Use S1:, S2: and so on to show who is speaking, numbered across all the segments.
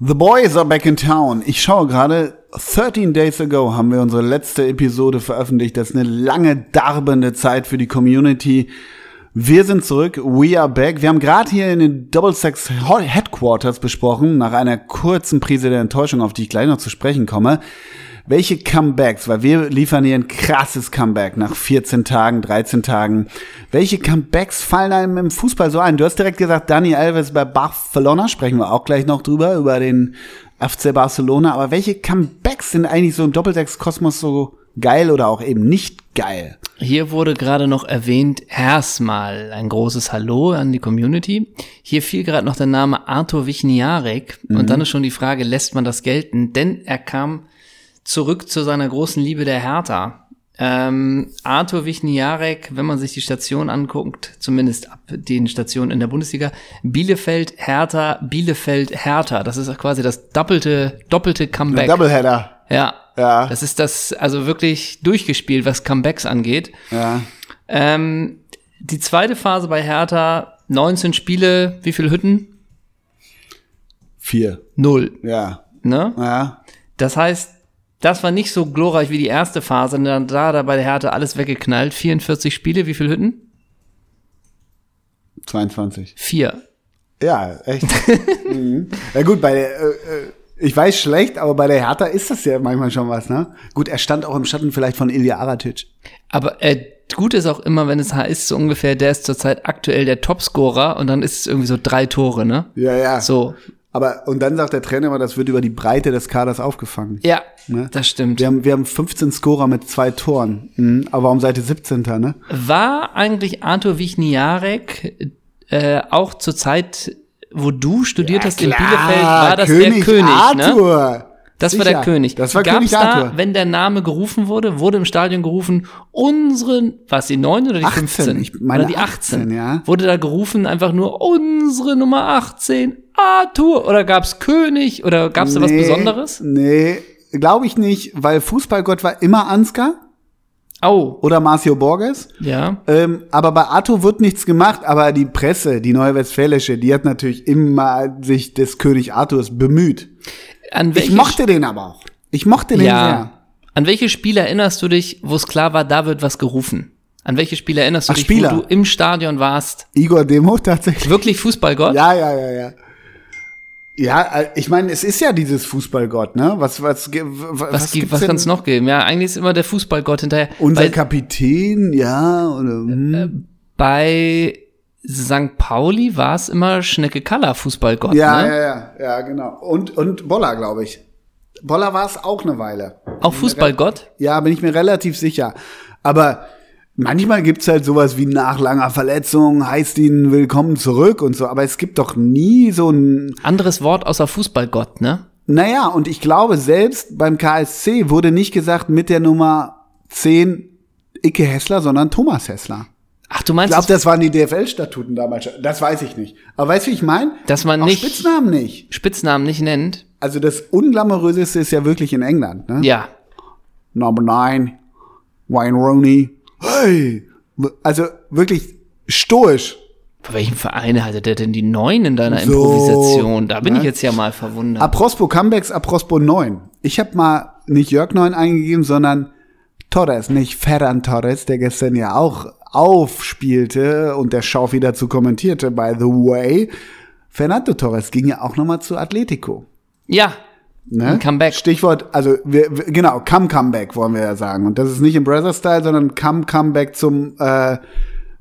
S1: The Boys are back in town. Ich schaue gerade, 13 Days ago haben wir unsere letzte Episode veröffentlicht. Das ist eine lange, darbende Zeit für die Community. Wir sind zurück, we are back. Wir haben gerade hier in den Double Sex Headquarters besprochen, nach einer kurzen Prise der Enttäuschung, auf die ich gleich noch zu sprechen komme, welche Comebacks, weil wir liefern hier ein krasses Comeback nach 14 Tagen, 13 Tagen. Welche Comebacks fallen einem im Fußball so ein? Du hast direkt gesagt, Dani Alves bei Barcelona, sprechen wir auch gleich noch drüber, über den FC Barcelona. Aber welche Comebacks sind eigentlich so im Doppelsechs-Kosmos so geil oder auch eben nicht geil?
S2: Hier wurde gerade noch erwähnt, erstmal ein großes Hallo an die Community. Hier fiel gerade noch der Name Arthur Wichniarek und dann ist schon die Frage, lässt man das gelten? Denn er kam zurück zu seiner großen Liebe der Hertha. Ähm, Arthur Wichniarek, wenn man sich die Station anguckt, zumindest ab den Stationen in der Bundesliga, Bielefeld, Hertha, Bielefeld, Hertha. Das ist quasi das doppelte, doppelte Comeback.
S1: Doubleheader.
S2: Ja.
S1: Ja.
S2: Das ist das, also wirklich durchgespielt, was Comebacks angeht.
S1: Ja.
S2: Ähm, die zweite Phase bei Hertha, 19 Spiele, wie viele Hütten?
S1: Vier.
S2: Null.
S1: Ja.
S2: Ne?
S1: Ja.
S2: Das heißt, das war nicht so glorreich wie die erste Phase, denn da hat er bei der Hertha alles weggeknallt. 44 Spiele, wie viele Hütten?
S1: 22.
S2: Vier.
S1: Ja, echt. mhm. Ja gut, bei der, äh, äh, ich weiß schlecht, aber bei der Hertha ist das ja manchmal schon was, ne? Gut, er stand auch im Schatten vielleicht von Ilya Aratic.
S2: Aber äh, gut ist auch immer, wenn es heißt, so ungefähr, der ist zurzeit aktuell der Topscorer und dann ist es irgendwie so drei Tore, ne?
S1: Ja, ja.
S2: So.
S1: Aber, und dann sagt der Trainer immer, das wird über die Breite des Kaders aufgefangen.
S2: Ja,
S1: Ne?
S2: das stimmt.
S1: Wir haben, wir haben 15 Scorer mit zwei Toren. Mhm. Aber warum seid ihr 17. ne?
S2: War eigentlich Arthur Wichniarek äh, auch zur Zeit, wo du studiert hast in Bielefeld, war das der König, ne?
S1: Ah, Arthur.
S2: Das war
S1: Sicher.
S2: der König.
S1: Das war
S2: Gab's
S1: König
S2: da,
S1: Arthur.
S2: wenn der Name gerufen wurde, wurde im Stadion gerufen, unseren, was die 9 oder die
S1: 18,
S2: 15?
S1: ich meine
S2: oder die 18,
S1: 18, ja.
S2: Wurde da gerufen einfach nur unsere Nummer 18, Arthur? Oder gab's König? Oder gab's da was
S1: Nee,
S2: Besonderes?
S1: Nee, glaube ich nicht, weil Fußballgott war immer Ansgar
S2: Oh,
S1: oder Marcio Borges.
S2: ja.
S1: Ähm, aber bei Arthur wird nichts gemacht, aber die Presse, die Neue Westfälische, die hat natürlich immer sich des König Arthurs bemüht.
S2: An
S1: Ich
S2: welche
S1: mochte den aber auch. Ich mochte den sehr.
S2: Ja. An welche Spiele erinnerst du dich, wo es klar war, da wird was gerufen? An welche Spiele erinnerst du
S1: Ach,
S2: dich,
S1: Spieler.
S2: wo du im Stadion warst?
S1: Igor Demo tatsächlich.
S2: Wirklich Fußballgott?
S1: Ja, ja, ja, ja. Ja, äh, ich meine, es ist ja dieses Fußballgott, ne? Was, was, ge- w- was,
S2: was gibt-
S1: gibt's
S2: was
S1: denn?
S2: kann es noch geben? Ja, eigentlich ist immer der Fußballgott hinterher.
S1: Unser
S2: bei,
S1: Kapitän, ja, oder,
S2: Äh,
S1: hm.
S2: bei St. Pauli war es immer Schnecke Kaller Fußballgott.
S1: ja,
S2: ne?
S1: ja, ja, ja, genau. Und, und Boller, glaube ich. Boller war es auch eine Weile.
S2: Auch Fußballgott?
S1: Ja, bin ich mir relativ sicher. Aber manchmal gibt's halt sowas wie nach langer Verletzung, heißt ihn willkommen zurück und so. Aber es gibt doch nie so ein.
S2: Anderes Wort außer Fußballgott, ne?
S1: Naja, und ich glaube, selbst beim KSC wurde nicht gesagt mit der Nummer 10 Icke Hessler, sondern Thomas Hessler.
S2: Ach, du
S1: Ich
S2: meinst,
S1: glaube, das waren die DFL-Statuten damals. schon. Das weiß ich nicht. Aber weißt du, wie ich meine?
S2: Dass man
S1: Auch
S2: nicht-
S1: Spitznamen nicht.
S2: Spitznamen nicht nennt?
S1: Also das Unglamouröseste ist ja wirklich in England. Ne?
S2: Ja.
S1: Number 9, Wayne Rooney. Hey! Also wirklich stoisch.
S2: Bei welchem Verein hatte der denn die Neun in deiner
S1: So,
S2: Improvisation? Da bin
S1: ne?
S2: ich jetzt ja mal verwundert.
S1: Aprospo Comebacks, Aprospo 9. Ich habe mal nicht Jörg 9 eingegeben, sondern Torres, nicht Ferran Torres, der gestern ja auch aufspielte und der Schaufi dazu kommentierte, by the way. Fernando Torres ging ja auch nochmal zu Atletico.
S2: ja.
S1: Ne?
S2: Ein Comeback.
S1: Stichwort, also wir, wir, genau, Come Comeback wollen wir ja sagen. Und das ist nicht im Brother-Style, sondern Come Comeback zum, äh,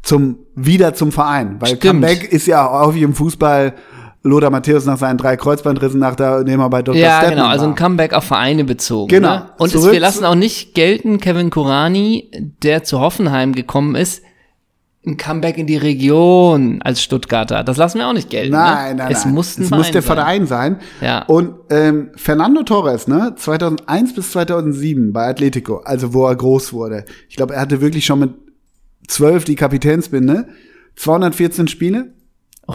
S1: zum, wieder zum Verein. Weil
S2: Stimmt.
S1: Comeback ist ja auch häufig im Fußball Lothar Matthäus nach seinen drei Kreuzbandrissen, nachdem er bei Dr.
S2: Ja,
S1: Stedman
S2: genau, also ein
S1: war.
S2: Comeback auf Vereine bezogen.
S1: Genau.
S2: Ne? Und es,
S1: Zurück
S2: wir
S1: zu-
S2: lassen auch nicht gelten, Kevin Kurani, der zu Hoffenheim gekommen ist, ein Comeback in die Region als Stuttgarter. Das lassen wir auch nicht gelten.
S1: Nein,
S2: ne?
S1: nein,
S2: es
S1: nein.
S2: Muss ein
S1: es muss der
S2: sein.
S1: Verein sein.
S2: Ja.
S1: Und ähm, Fernando Torres, ne, 2001 bis 2007 bei Atletico, also wo er groß wurde. Ich glaube, er hatte wirklich schon mit 12 die Kapitänsbinde. 214 Spiele,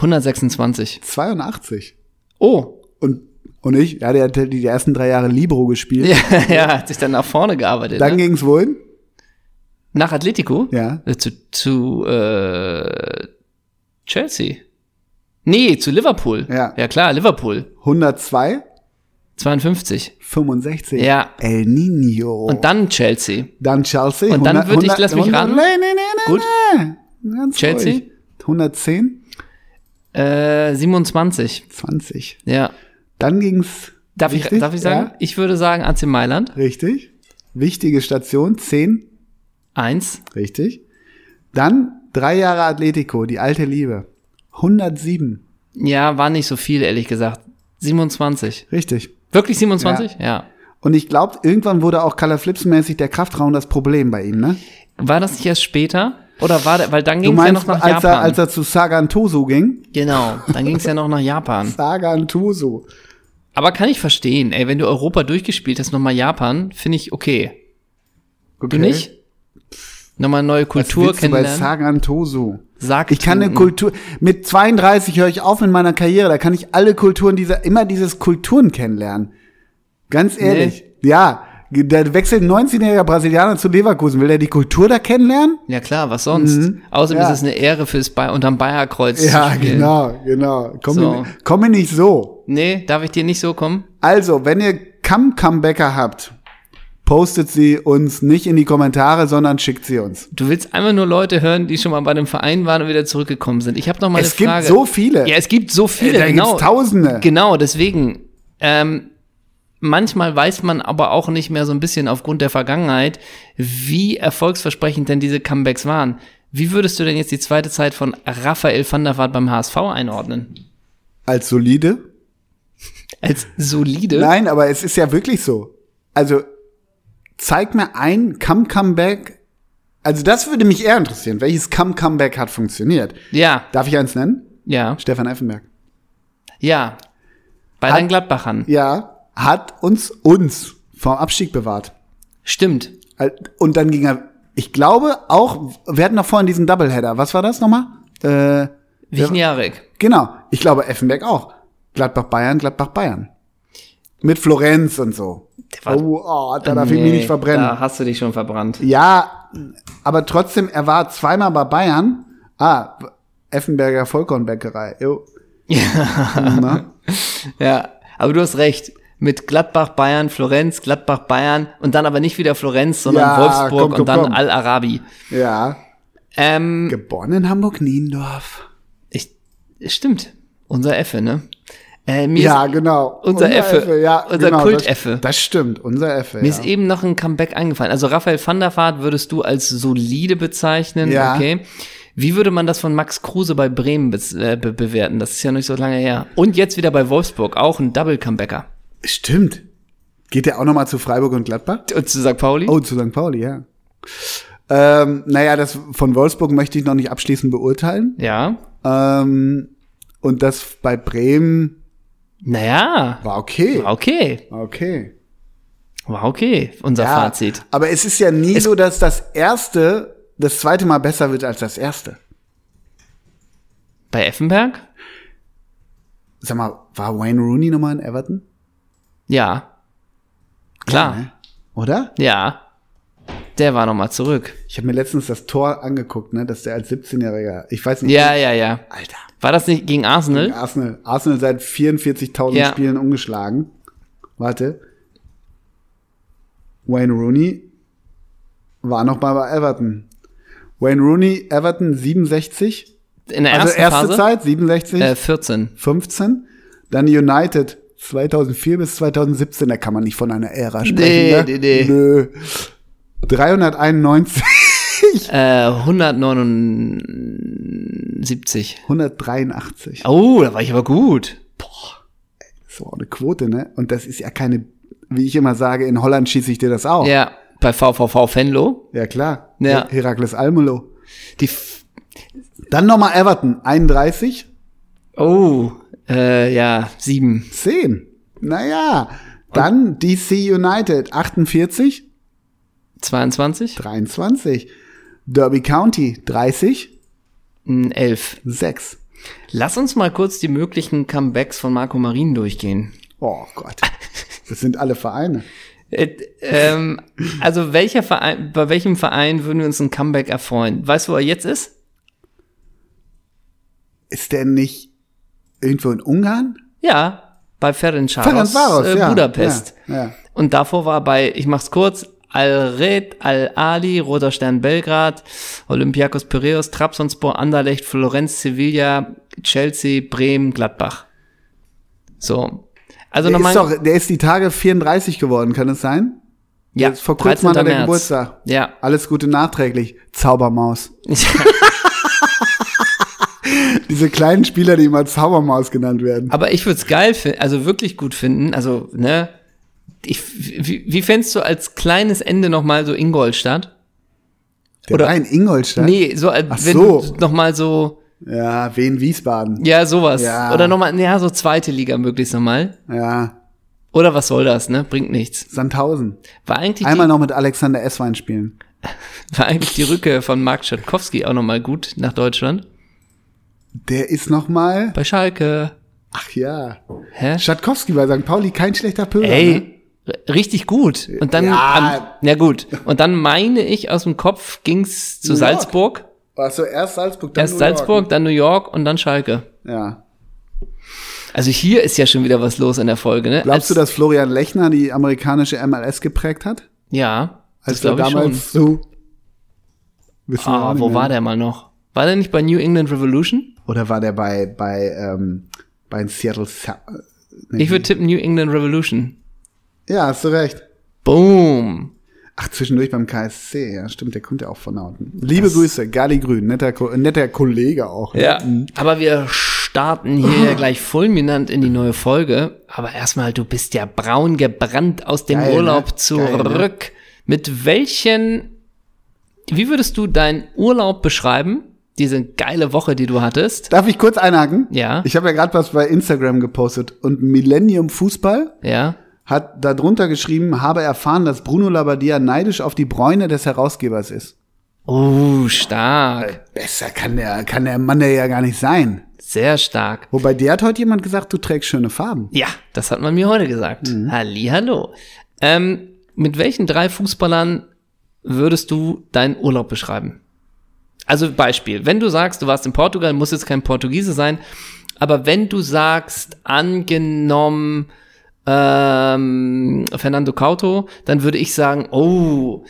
S2: 126.
S1: 82.
S2: Oh.
S1: Und, und ich, ja, der hat die, die ersten drei Jahre Libro gespielt.
S2: Ja, ja, hat sich dann nach vorne gearbeitet.
S1: Dann
S2: ne?
S1: ging's wohin?
S2: Nach Atletico?
S1: Ja.
S2: Äh, Zu, zu äh, Chelsea. Nee, zu Liverpool.
S1: Ja.
S2: ja klar, Liverpool.
S1: 102.
S2: 52.
S1: 65.
S2: Ja.
S1: El Nino.
S2: Und dann Chelsea.
S1: dann Chelsea.
S2: Und dann
S1: 100,
S2: würd ich- lass mich
S1: 100,
S2: raten.
S1: Nee, nee, nee, nee.
S2: Gut.
S1: nee. Ganz
S2: Chelsea?
S1: Ruhig. 110,
S2: Äh, 27.
S1: 20.
S2: Ja.
S1: Dann ging's.
S2: Darf ich,
S1: richtig?
S2: darf ich sagen? Ich würde sagen AC Mailand.
S1: Ja, richtig. Wichtige Station, 10.
S2: Eins.
S1: Richtig. Dann drei Jahre Atletico, die alte Liebe. 107.
S2: Ja, war nicht so viel, ehrlich gesagt. 27.
S1: Richtig.
S2: Wirklich 27? Ja.
S1: Und ich glaube, irgendwann wurde auch Colorflips-mäßig der Kraftraum das Problem bei ihm, ne?
S2: War das nicht erst später? Oder war der, weil dann
S1: Du
S2: ging es ja
S1: meinst,
S2: noch nach
S1: als,
S2: Japan.
S1: er, als er zu Sagan Tosu ging?
S2: genau, dann ging es ja noch nach Japan.
S1: Sagan Tosu.
S2: Aber kann ich verstehen, ey, wenn du Europa durchgespielt hast, nochmal Japan, finde ich okay.
S1: Okay.
S2: Du nicht? Nochmal neue
S1: Was
S2: Kultur
S1: willst du bei
S2: kennenlernen. Hm.
S1: Sagan Tosu?
S2: Sag
S1: Ich kann eine Kultur. Mit 32 höre ich auf mit meiner Karriere. Da kann ich alle Kulturen dieser, immer dieses Kulturen kennenlernen. Ganz ehrlich. Ja. Da wechselt ein 19-jähriger Brasilianer zu Leverkusen. Will er die Kultur da kennenlernen?
S2: Ja klar, was sonst? Außerdem
S1: Mhm. Ja.
S2: ist es eine Ehre fürs Bay unterm Bayerkreuz.
S1: Ja,
S2: zu spielen.
S1: genau, genau. Komm,
S2: So.
S1: mir, komm mir nicht so.
S2: Nee, darf ich dir nicht so kommen?
S1: Also, wenn ihr Come-Comebacker habt, postet sie uns nicht in die Kommentare, sondern schickt sie uns.
S2: Du willst einfach nur Leute hören, die schon mal bei einem Verein waren und wieder zurückgekommen sind. Ich habe noch mal
S1: Es
S2: eine
S1: gibt
S2: Frage.
S1: so viele. Äh,
S2: Ja, es gibt so viele.
S1: da
S2: genau.
S1: gibt's Tausende.
S2: Genau, deswegen. Ähm, manchmal weiß man aber auch nicht mehr so ein bisschen aufgrund der Vergangenheit, wie erfolgsversprechend denn diese Comebacks waren. Wie würdest du denn jetzt die zweite Zeit von Raphael van der Vaart beim HSV einordnen?
S1: Als solide?
S2: Als solide?
S1: Nein, aber es ist ja wirklich so. Also, zeig mir ein Come-Comeback. Also, das würde mich eher interessieren. Welches Come-Comeback hat funktioniert?
S2: Ja,
S1: Darf ich eins nennen?
S2: ja,
S1: Stefan Effenberg.
S2: ja. Bei
S1: Hat-
S2: den Gladbachern.
S1: Ja, hat uns, uns vom Abstieg bewahrt.
S2: Stimmt.
S1: Al- Und dann ging er, ich glaube auch, wir hatten noch vorhin diesen Doubleheader. Was war das nochmal? Äh,
S2: Wichniarek.
S1: genau. Ich glaube, Effenberg auch. Gladbach-Bayern, Gladbach-Bayern. Mit Florenz und so.
S2: war-
S1: oh, oh, da darf ich mich nicht verbrennen.
S2: Da hast du dich schon verbrannt.
S1: Ja, aber trotzdem, er war zweimal bei Bayern. Ah, Effenberger Vollkornbäckerei. Jo. Na?
S2: Ja, aber du hast recht. Mit Gladbach, Bayern, Florenz, Gladbach, Bayern und dann aber nicht wieder Florenz, sondern
S1: Ja,
S2: Wolfsburg
S1: komm, komm,
S2: und dann
S1: komm.
S2: Al-Arabi.
S1: Ja.
S2: Ähm,
S1: Geboren in Hamburg-Niendorf.
S2: ich, stimmt. Unser Effe, ne? Äh, mir
S1: Ja,
S2: ist,
S1: genau.
S2: unser Effe.
S1: ja,
S2: Unser
S1: genau,
S2: Kulteffe.
S1: Das, das stimmt, unser Effe.
S2: mir
S1: Ja.
S2: ist eben noch ein Comeback eingefallen. Also Raphael van der Vaart würdest du als solide bezeichnen.
S1: Ja.
S2: Okay. Wie würde man das von Max Kruse bei Bremen bez- äh, be bewerten? Das ist ja noch nicht so lange her. Und jetzt wieder bei Wolfsburg, auch ein Double-Comebacker.
S1: Stimmt. Geht der auch noch mal zu Freiburg und Gladbach?
S2: Und zu St. Pauli?
S1: Oh, zu St. Pauli, ja. Ähm, naja, das von Wolfsburg möchte ich noch nicht abschließend beurteilen.
S2: Ja.
S1: Ähm, und das bei Bremen
S2: Naja.
S1: war okay.
S2: War okay.
S1: Okay.
S2: War okay, unser
S1: Ja,
S2: Fazit.
S1: Aber es ist ja nie so, dass das erste das zweite Mal besser wird als das erste.
S2: Bei Effenberg?
S1: Sag mal, war Wayne Rooney nochmal in Everton?
S2: Ja.
S1: Ja,
S2: Klar.
S1: ne? Oder?
S2: Ja. Der war nochmal zurück.
S1: Ich habe mir letztens das Tor angeguckt, ne, dass der als 17-Jähriger, ich weiß nicht,
S2: Ja, ja, ja.
S1: Alter.
S2: War das nicht gegen Arsenal?
S1: Arsenal, Arsenal seit 44.000
S2: Ja.
S1: Spielen ungeschlagen. Warte. Wayne Rooney war noch mal bei Everton. Wayne Rooney, Everton 67.
S2: In der
S1: Also
S2: ersten
S1: erste
S2: Phase?
S1: Zeit 67.
S2: Äh, 14.
S1: 15. Dann United 2004 bis 2017. Da kann man nicht von einer Ära sprechen.
S2: Nee,
S1: ne?
S2: nee, nee.
S1: Nö. 391,
S2: Äh, 179.
S1: 183.
S2: Oh, da war ich aber gut.
S1: So eine Quote, ne? Und das ist ja keine, wie ich immer sage, in Holland schieße ich dir das auch.
S2: Ja, bei VVV Venlo.
S1: Ja, klar.
S2: Ja.
S1: Her- Herakles Almelo.
S2: Die F
S1: Dann nochmal Everton, 31,
S2: oh, äh, ja, 7.
S1: 10. Naja. Dann DC United, 48,
S2: 22?
S1: 23. Derby County, 30,
S2: Mm, 11.
S1: 6.
S2: Lass uns mal kurz die möglichen Comebacks von Marco Marin durchgehen.
S1: Oh Gott. Das sind alle Vereine.
S2: Äh, ähm, also welcher Verein, bei welchem Verein würden wir uns ein Comeback erfreuen? Weißt du, wo er jetzt ist?
S1: Ist der nicht irgendwo in Ungarn?
S2: Ja. bei Ferencvaros,
S1: Ferencvaros,
S2: äh,
S1: ja,
S2: Budapest.
S1: ja, ja.
S2: Und davor war bei, ich mach's kurz, Al-Red, Al-Ali, Roter Stern Belgrad, Olympiakos Piraeus, Trabzonspor, Anderlecht, Florenz, Sevilla, Chelsea, Bremen, Gladbach. So. Also
S1: Der ist,
S2: nochmal,
S1: doch, der ist die Tage 34 geworden, kann es sein?
S2: ja,
S1: Jetzt vor kurzem
S2: 13.
S1: hat er den
S2: März.
S1: Geburtstag.
S2: Ja.
S1: Alles Gute nachträglich. Zaubermaus. Diese kleinen Spieler, die immer Zaubermaus genannt werden.
S2: Aber ich würde es geil finden, also wirklich gut finden. Also, ne? Ich, wie, wie fändst du als kleines Ende nochmal so Ingolstadt?
S1: Der
S2: oder-
S1: war in Ingolstadt.
S2: Nee, so, als
S1: Ach
S2: wenn
S1: so.
S2: du nochmal so,
S1: Ja, Wien Wiesbaden.
S2: ja, sowas.
S1: Ja.
S2: Oder nochmal, ja, so zweite Liga möglichst nochmal.
S1: Ja,
S2: Oder was soll das, ne? Bringt nichts.
S1: Sandhausen.
S2: War eigentlich,
S1: Einmal noch mit Alexander Esswein spielen.
S2: die, war eigentlich die Rückkehr von Mark Schatkowski auch nochmal gut nach Deutschland?
S1: Der ist noch mal.
S2: Bei Schalke.
S1: Ach ja.
S2: Hä?
S1: Schatkowski bei St. Pauli, kein schlechter Pöbel. Ne?
S2: Ey, r- richtig gut. Und dann,
S1: Ja.
S2: am, ja gut. Und dann meine ich aus dem Kopf ging's zu
S1: New York.
S2: Salzburg.
S1: Warst du erst Salzburg, dann
S2: Erst
S1: New York.
S2: Salzburg, dann New York und dann Schalke.
S1: Ja.
S2: Also hier ist ja schon wieder was los in der Folge, ne?
S1: Glaubst du,
S2: Als-
S1: dass Florian Lechner die amerikanische MLS geprägt hat?
S2: Ja.
S1: Als
S2: Das
S1: er
S2: glaube ich schon.
S1: damals ne? so. Wissen wir auch
S2: Ah,
S1: nicht
S2: wo
S1: mehr.
S2: war der mal noch? War der nicht bei New England Revolution?
S1: Oder war der bei, bei, ähm, bei Seattle? Sa nee.
S2: Ich würde tippen New England Revolution.
S1: ja, hast du recht.
S2: Boom.
S1: Ach, zwischendurch beim KSC, ja, stimmt, der kommt ja auch von unten. Liebe Grüße, Gali Grün, netter, Ko netter Kollege auch. ne?
S2: Ja. Aber wir starten hier ja gleich fulminant in die neue Folge. Aber erstmal, du bist ja braun gebrannt aus dem
S1: Geil, ne?
S2: Urlaub
S1: Geil, ne?
S2: zurück. Mit welchen, wie würdest du deinen Urlaub beschreiben? Diese geile Woche, die du hattest.
S1: Darf ich kurz einhaken?
S2: Ja.
S1: Ich habe ja gerade was bei Instagram gepostet und Millennium Fußball
S2: Ja.
S1: hat darunter geschrieben, habe erfahren, dass Bruno Labbadia neidisch auf die Bräune des Herausgebers ist.
S2: Oh, stark.
S1: Besser kann der, kann der Mann der ja gar nicht sein.
S2: Sehr stark.
S1: Wobei, dir hat heute jemand gesagt, du trägst schöne Farben.
S2: Ja, das hat man mir heute gesagt. Hallihallo. Ähm, mit welchen drei Fußballern würdest du deinen Urlaub beschreiben? Also Beispiel, wenn du sagst, du warst in Portugal, muss jetzt kein Portugiese sein, aber wenn du sagst, angenommen ähm, Fernando Cauto, dann würde ich sagen, oh,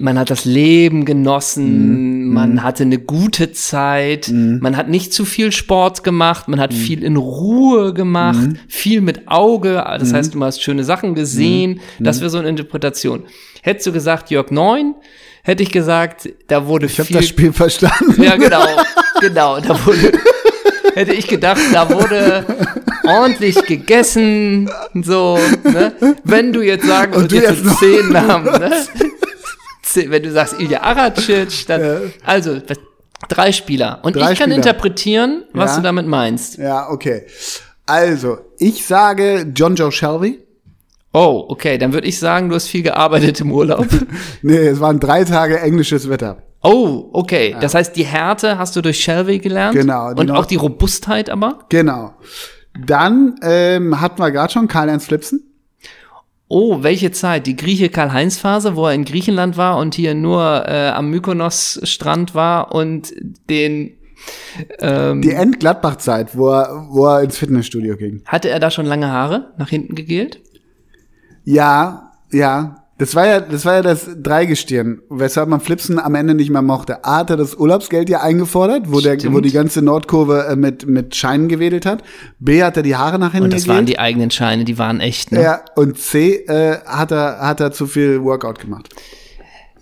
S2: man hat das Leben genossen,
S1: Mhm.
S2: man hatte eine gute Zeit, man hat nicht zu viel Sport gemacht, man
S1: Mhm.
S2: hat viel in Ruhe gemacht, viel mit Auge,
S1: Mhm.
S2: das heißt, du hast schöne Sachen gesehen, das wäre so eine Interpretation. Hättest du gesagt Jörg Neun, hätte ich gesagt, da wurde
S1: Ich habe
S2: viel
S1: das Spiel verstanden.
S2: ja, genau. Genau. Da wurde, hätte ich gedacht, da wurde ordentlich gegessen. So, ne? Wenn du jetzt sagen
S1: Und
S2: würdest,
S1: du
S2: jetzt,
S1: jetzt
S2: so
S1: noch-
S2: zehn Namen, ne? Zehn- Wenn du sagst Ilja Aracic, dann, also, was- drei Spieler. Und
S1: Drei
S2: ich kann
S1: Spieler.
S2: interpretieren, was
S1: Ja.
S2: du damit meinst.
S1: Ja, okay. Also, ich sage John Joe Shelby.
S2: Oh, okay, dann würde ich sagen, du hast viel gearbeitet im Urlaub.
S1: Nee, es waren drei Tage englisches Wetter.
S2: Oh, okay. Das heißt, die Härte hast du durch Shelby gelernt.
S1: Genau,
S2: Und
S1: genau.
S2: auch die Robustheit aber.
S1: Genau. Dann ähm, hatten wir gerade schon Karl-Heinz Flipsen.
S2: Oh, welche Zeit? Die Grieche Karl-Heinz-Phase, wo er in Griechenland war und hier nur äh, am Mykonos-Strand war und den
S1: Die
S2: Mhm.
S1: Endgladbach-Zeit, wo er, wo er ins Fitnessstudio ging.
S2: hatte er da schon lange Haare nach hinten gegelt?
S1: Ja, ja. Das war ja, das war ja das Dreigestirn, weshalb man Flipsen am Ende nicht mehr mochte. A hat er das Urlaubsgeld ja eingefordert, wo, der,
S2: Stimmt.
S1: wo die ganze Nordkurve äh, mit, mit Scheinen gewedelt hat. B hat er die Haare nach hinten
S2: Und das waren
S1: gegelt.
S2: die eigenen Scheine, die waren echt. Ne?
S1: Ja, und C äh, hat, er, hat er zu viel Workout gemacht.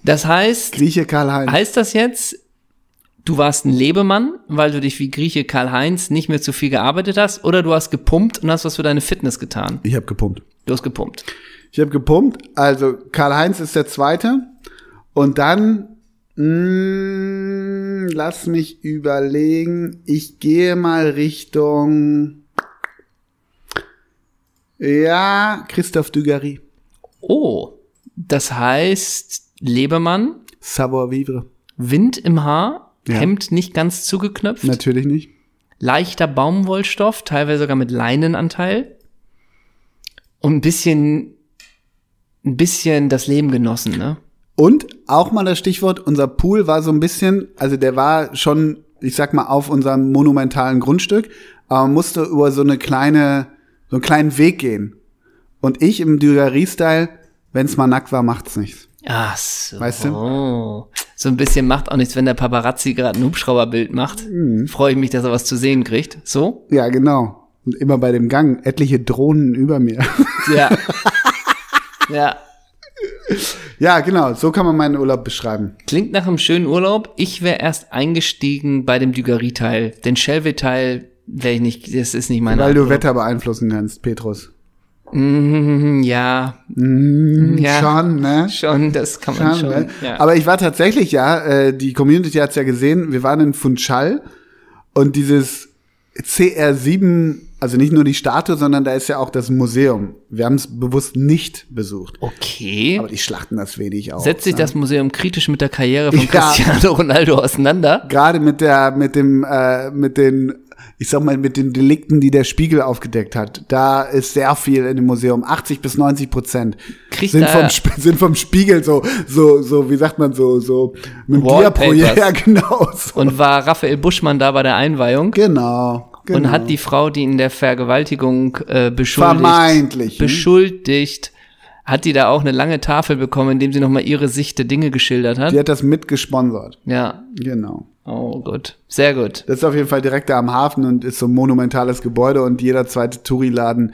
S2: Das heißt,
S1: Grieche Karl-Heinz.
S2: heißt das jetzt, du warst ein Lebemann, weil du dich wie Grieche Karl-Heinz nicht mehr zu viel gearbeitet hast oder du hast gepumpt und hast was für deine Fitness getan?
S1: Ich habe gepumpt.
S2: Du hast gepumpt.
S1: Ich habe gepumpt. Also Karl-Heinz ist der Zweite. Und dann, mh, lass mich überlegen. Ich gehe mal Richtung, ja, Christoph Dugarry.
S2: Oh, das heißt, Lebemann,
S1: Savoir vivre.
S2: Wind im Haar,
S1: Ja.
S2: Hemd nicht ganz zugeknöpft.
S1: Natürlich nicht.
S2: leichter Baumwollstoff, teilweise sogar mit Leinenanteil. Und ein bisschen, ein bisschen das Leben genossen, ne?
S1: Und auch mal das Stichwort, unser Pool war so ein bisschen, also der war schon, ich sag mal, auf unserem monumentalen Grundstück, aber man musste über so eine kleine so einen kleinen Weg gehen. Und ich im Dugarry-Style, wenn's mal nackt war, macht's nichts.
S2: Ach so.
S1: Weißt du?
S2: So ein bisschen macht auch nichts, wenn der Paparazzi gerade ein Hubschrauberbild macht.
S1: Mhm.
S2: Freue ich mich, dass er was zu sehen kriegt. So?
S1: Ja, genau. Und immer bei dem Gang etliche Drohnen über mir.
S2: Ja. ja.
S1: ja, genau. So kann man meinen Urlaub beschreiben.
S2: Klingt nach einem schönen Urlaub. Ich wäre erst eingestiegen bei dem Dugarry-Teil. Den Shelby-Teil wäre ich nicht, das ist nicht mein
S1: Weil du Wetter beeinflussen kannst, Petrus.
S2: Mhm, Ja, Ja.
S1: Schon, ne?
S2: schon, das kann man
S1: Schon,
S2: schon.
S1: ne?
S2: Ja.
S1: Aber ich war tatsächlich ja, äh, die Community hat's ja gesehen, wir waren in Funchal und dieses CR7, also nicht nur die Statue, sondern da ist ja auch das Museum. Wir haben es bewusst nicht besucht.
S2: okay.
S1: Aber die schlachten das wenig auf.
S2: Setzt sich
S1: ne?
S2: das Museum kritisch mit der Karriere von
S1: Ja.
S2: Cristiano Ronaldo auseinander?
S1: Gerade mit der, mit dem, äh, mit den, ich sag mal, mit den Delikten, die der Spiegel aufgedeckt hat. Da ist sehr viel in dem Museum. 80 bis 90 Prozent
S2: Kriegt
S1: sind
S2: da-
S1: vom, Sp- sind vom Spiegel so, so, so, wie sagt man so, so, mit dem
S2: Wallpapers.
S1: Dia-Projekt, ja, genau. So.
S2: Und war Raphael Buschmann da bei der Einweihung
S1: Genau. genau.
S2: und hat die Frau, die in der Vergewaltigung äh, beschuldigt,
S1: Vermeintlich, ne?
S2: beschuldigt, hat die da auch eine lange Tafel bekommen, indem sie nochmal ihre Sicht der Dinge geschildert hat.
S1: Die
S2: Ja.
S1: hat das mitgesponsert. Genau.
S2: Oh gut. Sehr gut.
S1: Das ist auf jeden Fall direkt da am Hafen und ist so ein monumentales Gebäude und jeder zweite Touri-Laden.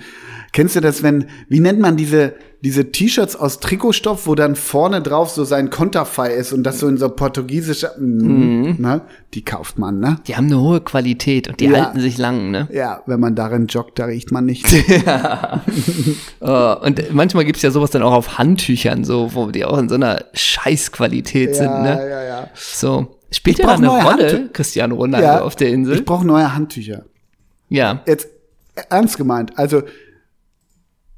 S1: Kennst du das, wenn, wie nennt man diese, diese T-Shirts aus Trikotstoff, wo dann vorne drauf so sein Konterfei ist und das so in so portugiesischer, mm,
S2: Mhm.
S1: ne? Die kauft man, ne?
S2: Die haben eine hohe Qualität und die
S1: Ja.
S2: halten sich lang, ne?
S1: Ja, wenn man darin joggt, da riecht man nicht.
S2: Äh, und manchmal gibt's ja sowas dann auch auf Handtüchern, so, wo die auch in so einer Scheißqualität sind, ne?
S1: ja, ja.
S2: So. Spielt
S1: Ich
S2: ja da
S1: brauch
S2: eine
S1: neue
S2: Rolle,
S1: Handtü-
S2: Cristiano Ronaldo
S1: Ja.
S2: Also auf der Insel?
S1: Ich brauche neue Handtücher.
S2: ja.
S1: jetzt ernst gemeint. Also,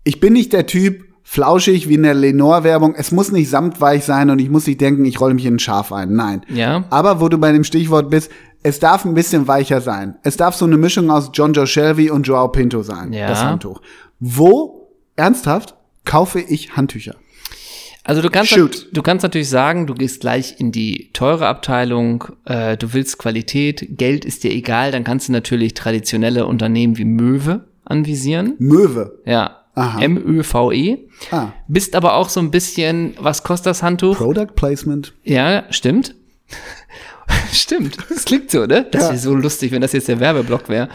S1: ich bin nicht der Typ, flauschig wie in der Lenore-Werbung. Es muss nicht samtweich sein und ich muss nicht denken, ich rolle mich in ein Schaf ein. Nein.
S2: Ja.
S1: Aber wo du bei dem Stichwort bist, es darf ein bisschen weicher sein. Es darf so eine Mischung aus John Joe Shelby und Joao Pinto sein.
S2: Ja.
S1: Das Handtuch. Wo, ernsthaft, kaufe ich Handtücher?
S2: Also du kannst,
S1: Shoot.
S2: du kannst natürlich sagen, du gehst gleich in die teure Abteilung, äh, du willst Qualität, Geld ist dir egal, dann kannst du natürlich traditionelle Unternehmen wie Möwe anvisieren.
S1: Möwe.
S2: Ja,
S1: Aha.
S2: M-Ö-V-E.
S1: Ah.
S2: E. Bist aber auch so ein bisschen, was kostet das Handtuch?
S1: Product Placement.
S2: Ja, stimmt. stimmt. Das klingt so, ne? Das
S1: Ja.
S2: wäre so lustig, wenn das jetzt der Werbeblock wäre.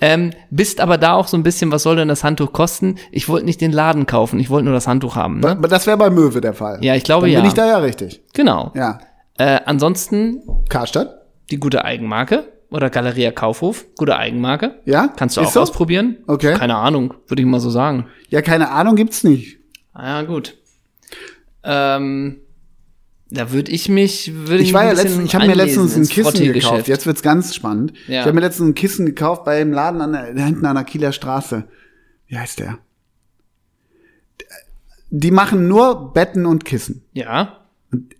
S2: Ähm, bist aber da auch so ein bisschen, was soll denn das Handtuch kosten? Ich wollte nicht den Laden kaufen, ich wollte nur das Handtuch haben. Ne?
S1: Aber das wäre bei Möwe der Fall.
S2: Ja, ich glaube,
S1: Dann
S2: ja.
S1: bin ich da ja richtig.
S2: Genau.
S1: Ja.
S2: Äh, ansonsten
S1: Karstadt?
S2: die gute Eigenmarke oder Galeria Kaufhof, gute Eigenmarke.
S1: Ja?
S2: Kannst du
S1: Ist
S2: auch
S1: so?
S2: ausprobieren.
S1: Okay.
S2: Keine Ahnung, würde ich mal so sagen.
S1: Ja, keine Ahnung, gibt's nicht.
S2: Ah, ja, gut. Ähm, da würde ich mich, würde ich
S1: Ich war
S2: mich
S1: ja
S2: ein
S1: letztens,
S2: bisschen
S1: ich habe mir
S2: einlesen
S1: letztens ein
S2: ins
S1: Kissen
S2: Frottee-Geschäft.
S1: gekauft. Jetzt wird's ganz spannend.
S2: Ja.
S1: Ich habe mir letztens ein Kissen gekauft bei einem Laden an der, hinten an der Kieler Straße. Wie heißt der? Die machen nur Betten und Kissen.
S2: Ja,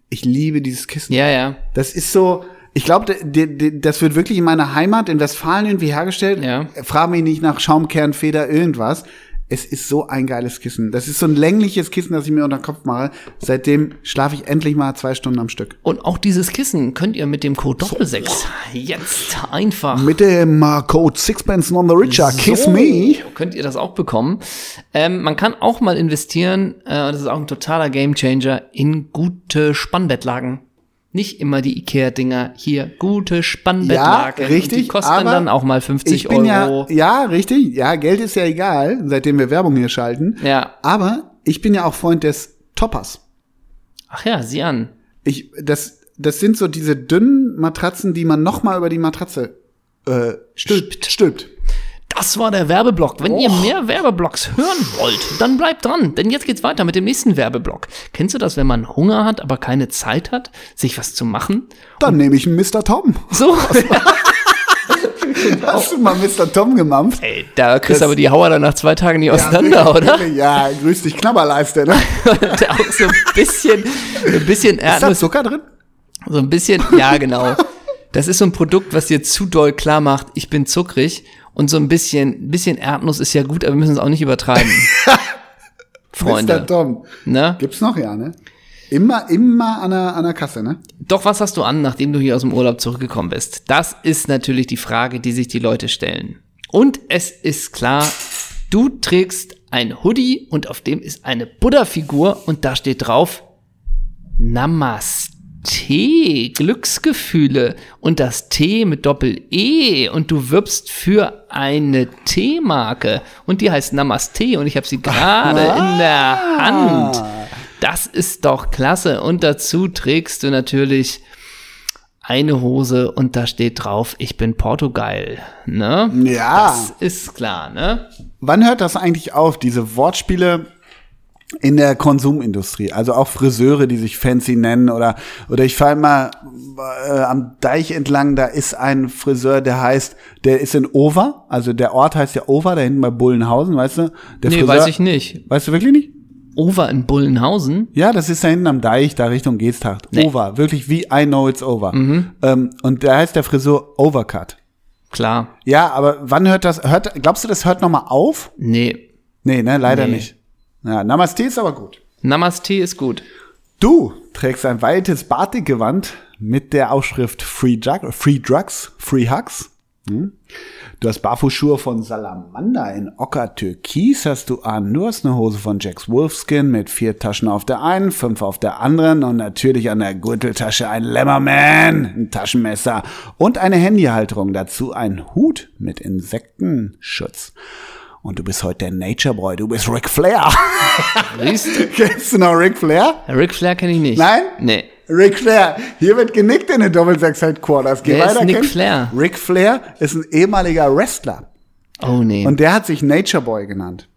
S1: Ich liebe dieses Kissen.
S2: ja, ja.
S1: Das ist so, ich glaube, das wird wirklich in meiner Heimat in Westfalen irgendwie hergestellt.
S2: Ja.
S1: Frag mich nicht nach Schaumkern, Feder, irgendwas. Es ist so ein geiles Kissen. Das ist so ein längliches Kissen, das ich mir unter den Kopf mache. Seitdem schlafe ich endlich mal zwei Stunden am Stück.
S2: Und auch dieses Kissen könnt ihr mit dem Code Doppelsechs jetzt einfach
S1: Mit dem äh, Code Sixpence Non the Richer, Kiss
S2: So,
S1: Me.
S2: Könnt ihr das auch bekommen? Ähm, man kann auch mal investieren, äh, und das ist auch ein totaler Gamechanger, in gute Spannbettlagen. Nicht immer die Ikea-Dinger hier. Gute Spannbettlagen.
S1: Ja, richtig,
S2: Und Die kosten
S1: aber
S2: dann auch mal 50
S1: Ich bin
S2: Euro.
S1: ja, ja, richtig. Ja, Geld ist ja egal, seitdem wir Werbung hier schalten.
S2: Ja.
S1: Aber ich bin ja auch Freund des Toppers.
S2: Ach ja, sieh an.
S1: Ich, das, das sind so diese dünnen Matratzen, die man nochmal über die Matratze äh, stülpt. stülpt.
S2: Das war der Werbeblock. Wenn ihr mehr Werbeblocks hören wollt, dann bleibt dran, denn jetzt geht's weiter mit dem nächsten Werbeblock. Kennst du das, wenn man Hunger hat, aber keine Zeit hat, sich was zu machen?
S1: Dann nehme ich einen Mr. Tom.
S2: So.
S1: Hast du mal Mr. Tom gemampft?
S2: Ey, da kriegst
S1: Das-
S2: du aber die Hauer dann nach zwei Tagen nicht auseinander, oder?
S1: Ja, grüß dich, Knabberleiste. Ne?
S2: Und auch so ein bisschen, ein bisschen
S1: Ist da
S2: Erdnuss,
S1: Zucker drin?
S2: so ein bisschen, ja genau. Das ist so ein Produkt, was dir zu doll klar macht, ich bin zuckrig und so ein bisschen, bisschen Erdnuss ist ja gut, aber wir müssen es auch nicht übertreiben.
S1: Mr.
S2: Freunde,
S1: Tom.
S2: ne?
S1: Gibt's noch, ja, ne? Immer, immer an der, an der Kasse, ne?
S2: Doch was hast du an, nachdem du hier aus dem Urlaub zurückgekommen bist? Das ist natürlich die Frage, die sich die Leute stellen. Und es ist klar, Du trägst ein Hoodie und auf dem ist eine Buddha-Figur und da steht drauf Namaste, Glücksgefühle und das T mit Doppel-E und du wirbst für eine Teemarke und die heißt Namaste und ich habe sie gerade in der Hand. Das ist doch klasse und dazu trägst du natürlich eine Hose und da steht drauf, ich bin Portugal, ne?
S1: Ja.
S2: Das ist klar, ne?
S1: Wann hört das eigentlich auf, diese Wortspiele in der Konsumindustrie? Also auch Friseure, die sich fancy nennen oder, oder ich fahre mal äh, am Deich entlang, da ist ein Friseur, der heißt, der ist in Over, also der Ort heißt ja Over, da hinten bei Bullenhausen, weißt du? Der
S2: Nee, weiß ich nicht.
S1: Weißt du wirklich nicht?
S2: Over in Bullenhausen?
S1: Ja, das ist da hinten am Deich, da Richtung Geesthacht.
S2: Nee. Mhm.
S1: Over, wirklich wie I know it's over. Ähm, und da heißt der Friseur Overcut.
S2: Klar.
S1: Ja, aber wann hört das, hört, glaubst du, das hört nochmal auf?
S2: Nee.
S1: Nee, ne, leider
S2: Nee.
S1: nicht. Ja, Namaste ist aber gut.
S2: Namaste ist gut.
S1: Du trägst ein weites Batikgewand mit der Aufschrift Free, Drug, Free Drugs, Free Hugs. Hm. Du hast Barfußschuhe von Salamander in Ocker Türkis hast du an. Du hast eine Hose von Jack's Wolfskin mit vier Taschen auf der einen, fünf auf der anderen und natürlich an der Gürteltasche ein Lemmerman, ein Taschenmesser und eine Handyhalterung. Dazu ein Hut mit Insektenschutz. Und du bist heute der Nature Boy. Du bist Ric Flair.
S2: Siehst?
S1: Kennst du noch Ric Flair?
S2: Ric Flair kenne ich nicht.
S1: Nein?
S2: Nee.
S1: Ric Flair. Hier wird genickt in den Doppelsechsheit-Quarters. Geh
S2: Wer ist
S1: weiter,
S2: Nick
S1: Ken.
S2: Flair?
S1: Ric Flair ist ein ehemaliger Wrestler.
S2: Oh nee.
S1: Und der hat sich Nature Boy genannt.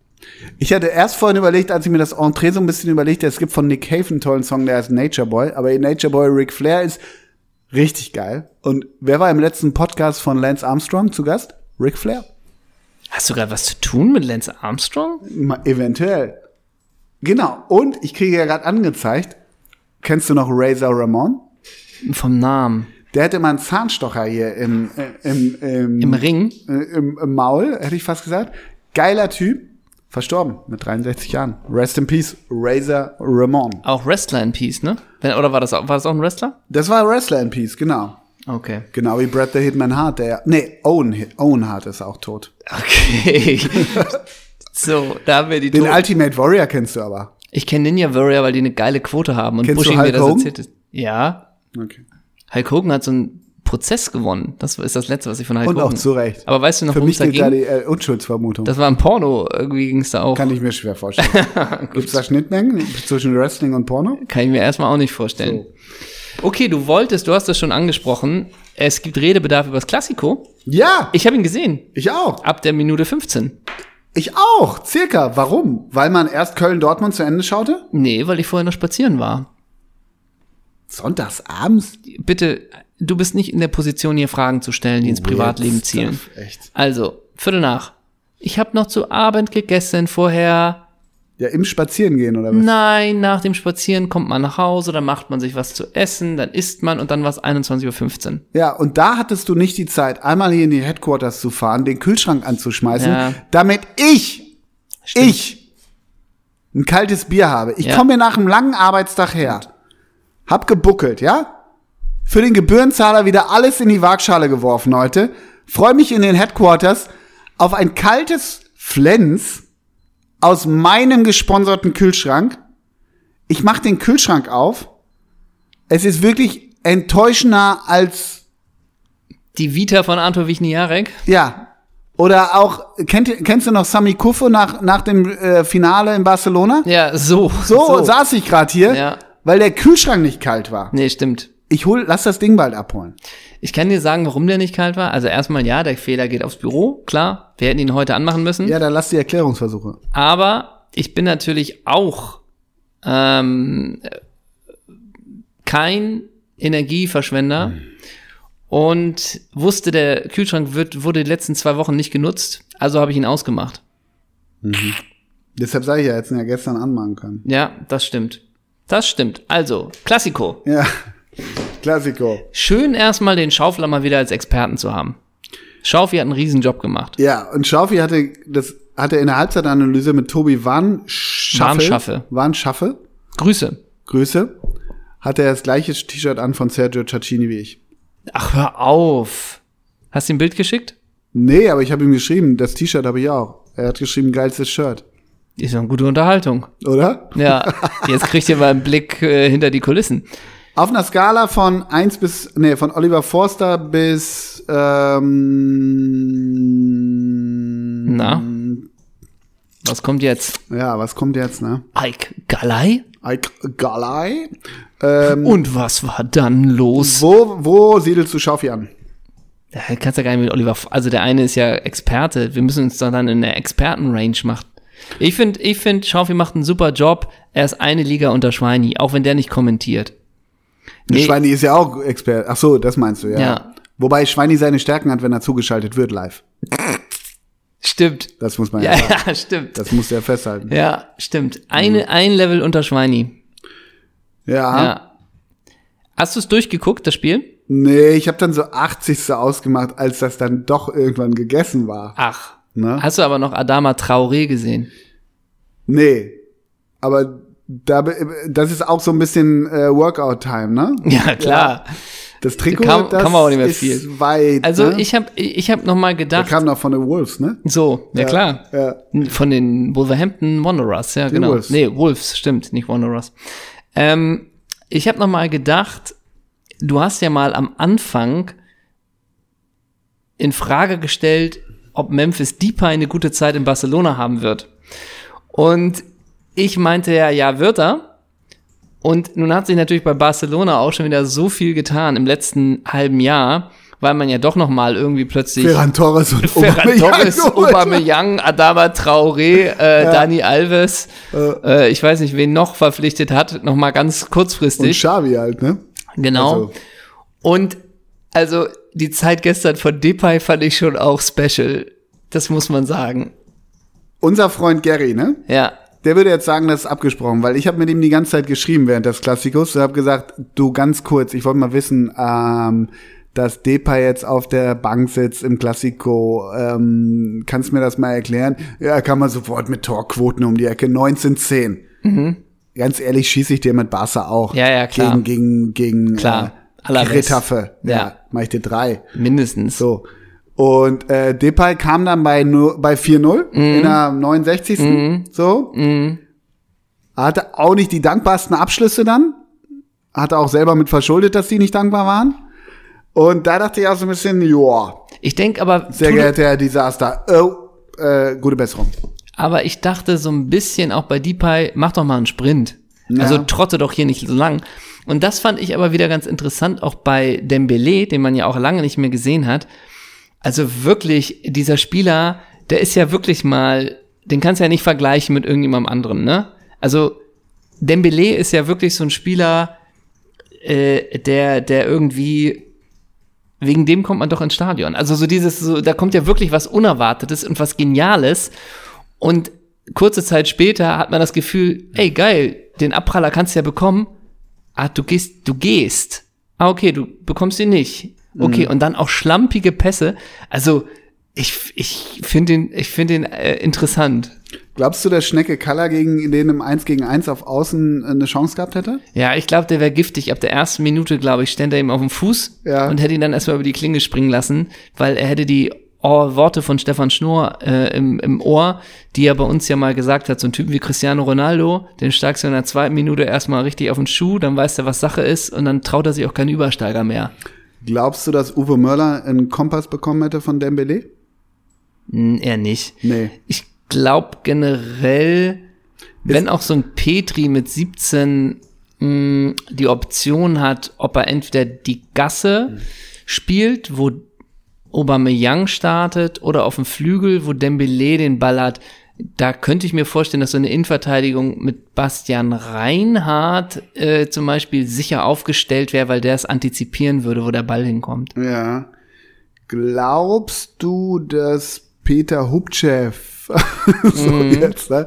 S1: Ich hatte erst vorhin überlegt, als ich mir das Entree so ein bisschen überlegt, es gibt von Nick Cave einen tollen Song, der heißt Nature Boy. Aber Nature Boy Ric Flair ist richtig geil. Und wer war im letzten Podcast von Lance Armstrong zu Gast? Ric Flair.
S2: Hast du gerade was zu tun mit Lance Armstrong?
S1: Ma- Eventuell. Genau. Und ich kriege ja gerade angezeigt, kennst du noch Razor Ramon?
S2: Vom Namen.
S1: Der hätte mal einen Zahnstocher hier im, äh, im, im,
S2: Im Ring?
S1: äh, im, im Maul, hätte ich fast gesagt. Geiler Typ. Verstorben mit 63 Jahren. Rest in Peace, Razor Ramon.
S2: Auch Wrestler in Peace, ne? Wenn- Oder war das auch, war das auch ein Wrestler?
S1: Das war Wrestler in Peace, genau.
S2: Okay.
S1: Genau wie Brad the Hitman Hart, der. Nee, Owen, Hit- Owen Hart ist auch tot.
S2: Okay. so, da haben wir die
S1: Den
S2: Toten.
S1: Ultimate Warrior kennst du aber.
S2: Ich kenne Ninja Warrior, weil die eine geile Quote haben und
S1: Kennst du
S2: Bushi
S1: Hulk
S2: mir das
S1: Hogan?
S2: erzählt hat. Ja.
S1: Okay.
S2: Hulk Hogan hat so einen Prozess gewonnen. Das ist das Letzte, was ich von Hulk
S1: Und
S2: Hogan.
S1: auch zu Recht.
S2: Aber weißt du noch,
S1: Für
S2: worum
S1: mich
S2: es da
S1: gilt da
S2: ging?
S1: die äh, Unschuldsvermutung.
S2: Das war ein Porno, irgendwie ging es da auch. Kann,
S1: Kann ich mir schwer vorstellen. Gibt es da Schnittmengen zwischen Wrestling und Porno?
S2: ich mir erstmal auch nicht vorstellen. Okay, du wolltest, du hast das schon angesprochen. Es gibt Redebedarf über das Klassiko.
S1: Ja,
S2: Ich habe ihn gesehen.
S1: ich auch.
S2: Ab der Minute 15.
S1: Ich auch, circa. Warum? Weil man erst Köln-Dortmund zu Ende schaute?
S2: Nee, weil ich vorher noch spazieren war.
S1: Sonntags abends?
S2: Bitte, du bist nicht in der Position, hier Fragen zu stellen, die
S1: Oh,
S2: ins Privatleben
S1: Weird
S2: zielen.
S1: stuff, Echt.
S2: Also, Viertel nach. Ich habe noch zu Abend gegessen vorher.
S1: Ja, im Spazierengehen oder was?
S2: Nein, nach dem Spazieren kommt man nach Hause, dann macht man sich was zu essen, dann isst man und dann war es 21.15 Uhr.
S1: Ja, und da hattest du nicht die Zeit, einmal hier in die Headquarters zu fahren, den Kühlschrank anzuschmeißen,
S2: Ja.
S1: damit ich, ich, ein kaltes Bier habe. Ich
S2: Ja.
S1: komme nach einem langen Arbeitstag her, hab gebuckelt, ja? Für den Gebührenzahler wieder alles in die Waagschale geworfen heute. Freue mich in den Headquarters auf ein kaltes Flens aus meinem gesponserten Kühlschrank. Ich mache den Kühlschrank auf. Es ist wirklich enttäuschender als
S2: Die Vita von Arthur Wichniarek.
S1: ja. Oder auch, kennt, ihr- kennst du noch Sami Kufo nach, nach dem äh, Finale in Barcelona?
S2: Ja, so.
S1: So, saß ich gerade hier,
S2: Ja.
S1: weil der Kühlschrank nicht kalt war.
S2: Nee, stimmt.
S1: Ich hol, lass das Ding bald abholen.
S2: Ich kann dir sagen, warum der nicht kalt war. Also erstmal ja, der Fehler geht aufs Büro, klar. Wir hätten ihn heute anmachen müssen.
S1: Ja, dann lass die Erklärungsversuche.
S2: Aber ich bin natürlich auch ähm, kein Energieverschwender und wusste, der Kühlschrank wird, wurde die letzten zwei Wochen nicht genutzt, also habe ich ihn ausgemacht.
S1: Deshalb sage ich ja, hätten wir ja gestern anmachen können.
S2: Ja, das stimmt. Das stimmt. Also, Klassiko.
S1: Ja, Klassiko.
S2: Schön erstmal den Schaufler mal wieder als Experten zu haben. Schaufi hat einen riesen Job gemacht.
S1: Ja, und Schaufi hatte, das hatte in der Halbzeitanalyse mit Tobi Warnschaffe.
S2: Warnschaffe.
S1: Warnschaffe.
S2: Grüße.
S1: Grüße. Hatte er das gleiche T-Shirt an von Sergio Ciacchini wie ich.
S2: Ach, hör auf. Hast du ihm ein Bild geschickt?
S1: Nee, aber ich habe ihm geschrieben, das T-Shirt habe ich auch. Er hat geschrieben, geilstes Shirt.
S2: Ist ja eine gute Unterhaltung.
S1: Oder?
S2: Ja, jetzt kriegt ihr mal einen Blick äh, hinter die Kulissen.
S1: Auf einer Skala von 1 bis, nee, von Oliver Forster bis, ähm,
S2: Na, was kommt jetzt?
S1: ja, was kommt jetzt, ne?
S2: Ike Galay?
S1: Ike Galay. Ähm,
S2: Und was war dann los?
S1: wo, wo siedelst du Schaffi an?
S2: Ja, kannst ja gar nicht mit Oliver. F- Also der eine ist ja Experte. Wir müssen uns da dann in der Expertenrange machen. Ich finde, ich finde, Schaufi macht einen super Job. Er ist eine Liga unter Schweini, auch wenn der nicht kommentiert. Nee.
S1: Schweini ist ja auch Experte. Ach so, das meinst du, ja.
S2: Ja.
S1: Wobei Schweini seine Stärken hat, wenn er zugeschaltet wird live.
S2: Stimmt.
S1: Das muss man ja,
S2: Ja,
S1: sagen.
S2: ja, stimmt.
S1: Das muss er festhalten.
S2: Ja, stimmt. Eine, ein Level unter Schweini.
S1: Ja.
S2: Ja. Hast du es durchgeguckt, das Spiel?
S1: Nee, ich habe dann so 80. ausgemacht, als das dann doch irgendwann gegessen war.
S2: Ach.
S1: Ne?
S2: Hast du aber noch Adama Traoré gesehen?
S1: Nee. Aber da, be- das ist auch so ein bisschen äh, Workout-Time, ne?
S2: Ja, klar.
S1: Das Trikot,
S2: Kann-
S1: das
S2: kann man auch nicht mehr
S1: ist
S2: viel.
S1: weit.
S2: Also
S1: ne?
S2: ich habe ich hab noch mal
S1: Der
S2: gedacht,
S1: kam noch von den Wolves, ne?
S2: so, ja, klar.
S1: Ja.
S2: Von den Wolverhampton Wanderers, ja, genau.
S1: Wolves.
S2: Nee, Wolves, stimmt, nicht Wanderers. Ähm, ich habe noch mal gedacht, du hast ja mal am Anfang in Frage gestellt, ob Memphis Depay eine gute Zeit in Barcelona haben wird. Und ich meinte ja, ja, wird er. Und nun hat sich natürlich bei Barcelona auch schon wieder so viel getan im letzten halben Jahr, weil man ja doch noch mal irgendwie plötzlich
S1: Um Ferran Torres und
S2: Ferran
S1: Aubameyang
S2: Torres,
S1: geholt.
S2: Aubameyang, Adama Traoré, äh, Dani Alves, äh, ich weiß nicht, wen noch verpflichtet hat, noch mal ganz
S1: Und
S2: kurzfristig.
S1: Xavi halt, ne?
S2: genau.
S1: also-
S2: Und also die Zeit gestern von Depay fand ich schon auch special. Das muss man sagen.
S1: Unser Freund Gary, ne?
S2: Ja.
S1: Der würde jetzt sagen, das ist abgesprochen, weil ich habe mit ihm die ganze Zeit geschrieben während des Klassikos und habe gesagt, du ganz kurz, ich wollte mal wissen, ähm, dass Depay jetzt auf der Bank sitzt im Klassiko, ähm, kannst du mir das mal erklären? Ja, kann man sofort mit Torquoten um die Ecke, 19-10. Ganz ehrlich, schieße ich dir mit Barca auch.
S2: Mhm. Ja, ja, klar.
S1: Gegen, gegen, gegen
S2: Klar.
S1: äh,
S2: Alaves.
S1: Getafe. Ja.
S2: Ja.
S1: mach ich dir drei.
S2: Mindestens.
S1: So. Und äh, Depay kam dann bei, nu- bei 4-0 in der 69. So. Hatte auch nicht die dankbarsten Abschlüsse dann. Hatte auch selber mit verschuldet, dass die nicht dankbar waren. Und da dachte ich auch so ein bisschen, joa,
S2: Ich denke aber,
S1: sehr
S2: Tudo-
S1: geehrter Herr Desaster, oh, äh, gute Besserung.
S2: aber ich dachte so ein bisschen auch bei Depay, mach doch mal einen Sprint.
S1: Ja.
S2: Also trotte doch hier nicht so lang. Und das fand ich aber wieder ganz interessant, auch bei Dembele, den man ja auch lange nicht mehr gesehen hat. Also wirklich, dieser Spieler, der ist ja wirklich mal, den kannst du ja nicht vergleichen mit irgendjemandem anderen, ne? Also Dembele ist ja wirklich so ein Spieler, äh, der, der irgendwie, wegen dem kommt man doch ins Stadion. Also so dieses, so, da kommt ja wirklich was Unerwartetes und was Geniales. Und kurze Zeit später hat man das Gefühl, ey geil, den Abpraller kannst du ja bekommen. Ah, du gehst, du gehst. Ah, okay, du bekommst ihn nicht. Okay, und dann auch schlampige Pässe. Also ich, ich finde den, ich finde den äh, interessant.
S1: Glaubst du, dass Schnecke Kaller gegen den im 1 gegen 1 auf Außen äh, eine Chance gehabt hätte?
S2: Ja, ich glaube, der wäre giftig. Ab der ersten Minute, glaube ich, stand er ihm auf dem Fuß
S1: Ja.
S2: und hätte ihn dann erstmal über die Klinge springen lassen, weil er hätte die Ohr Worte von Stefan Schnur äh, im, im Ohr, die er bei uns ja mal gesagt hat, so ein Typen wie Cristiano Ronaldo, den steigst du in der zweiten Minute erstmal richtig auf den Schuh, dann weiß er, was Sache ist und dann traut er sich auch keinen Übersteiger mehr.
S1: Glaubst du, dass Uwe Möller einen Kompass bekommen hätte von Dembele?
S2: Hm, eher nicht.
S1: Nee.
S2: Ich glaube generell, wenn auch so ein Petri mit 17 mh, die Option hat, ob er entweder die Gasse spielt, wo Aubameyang startet, oder auf dem Flügel, wo Dembele den Ball hat, da könnte ich mir vorstellen, dass so eine Innenverteidigung mit Bastian Reinhardt äh, zum Beispiel sicher aufgestellt wäre, weil der es antizipieren würde, wo der Ball hinkommt.
S1: Ja. Glaubst du, dass Peter Hubchev so jetzt, ne?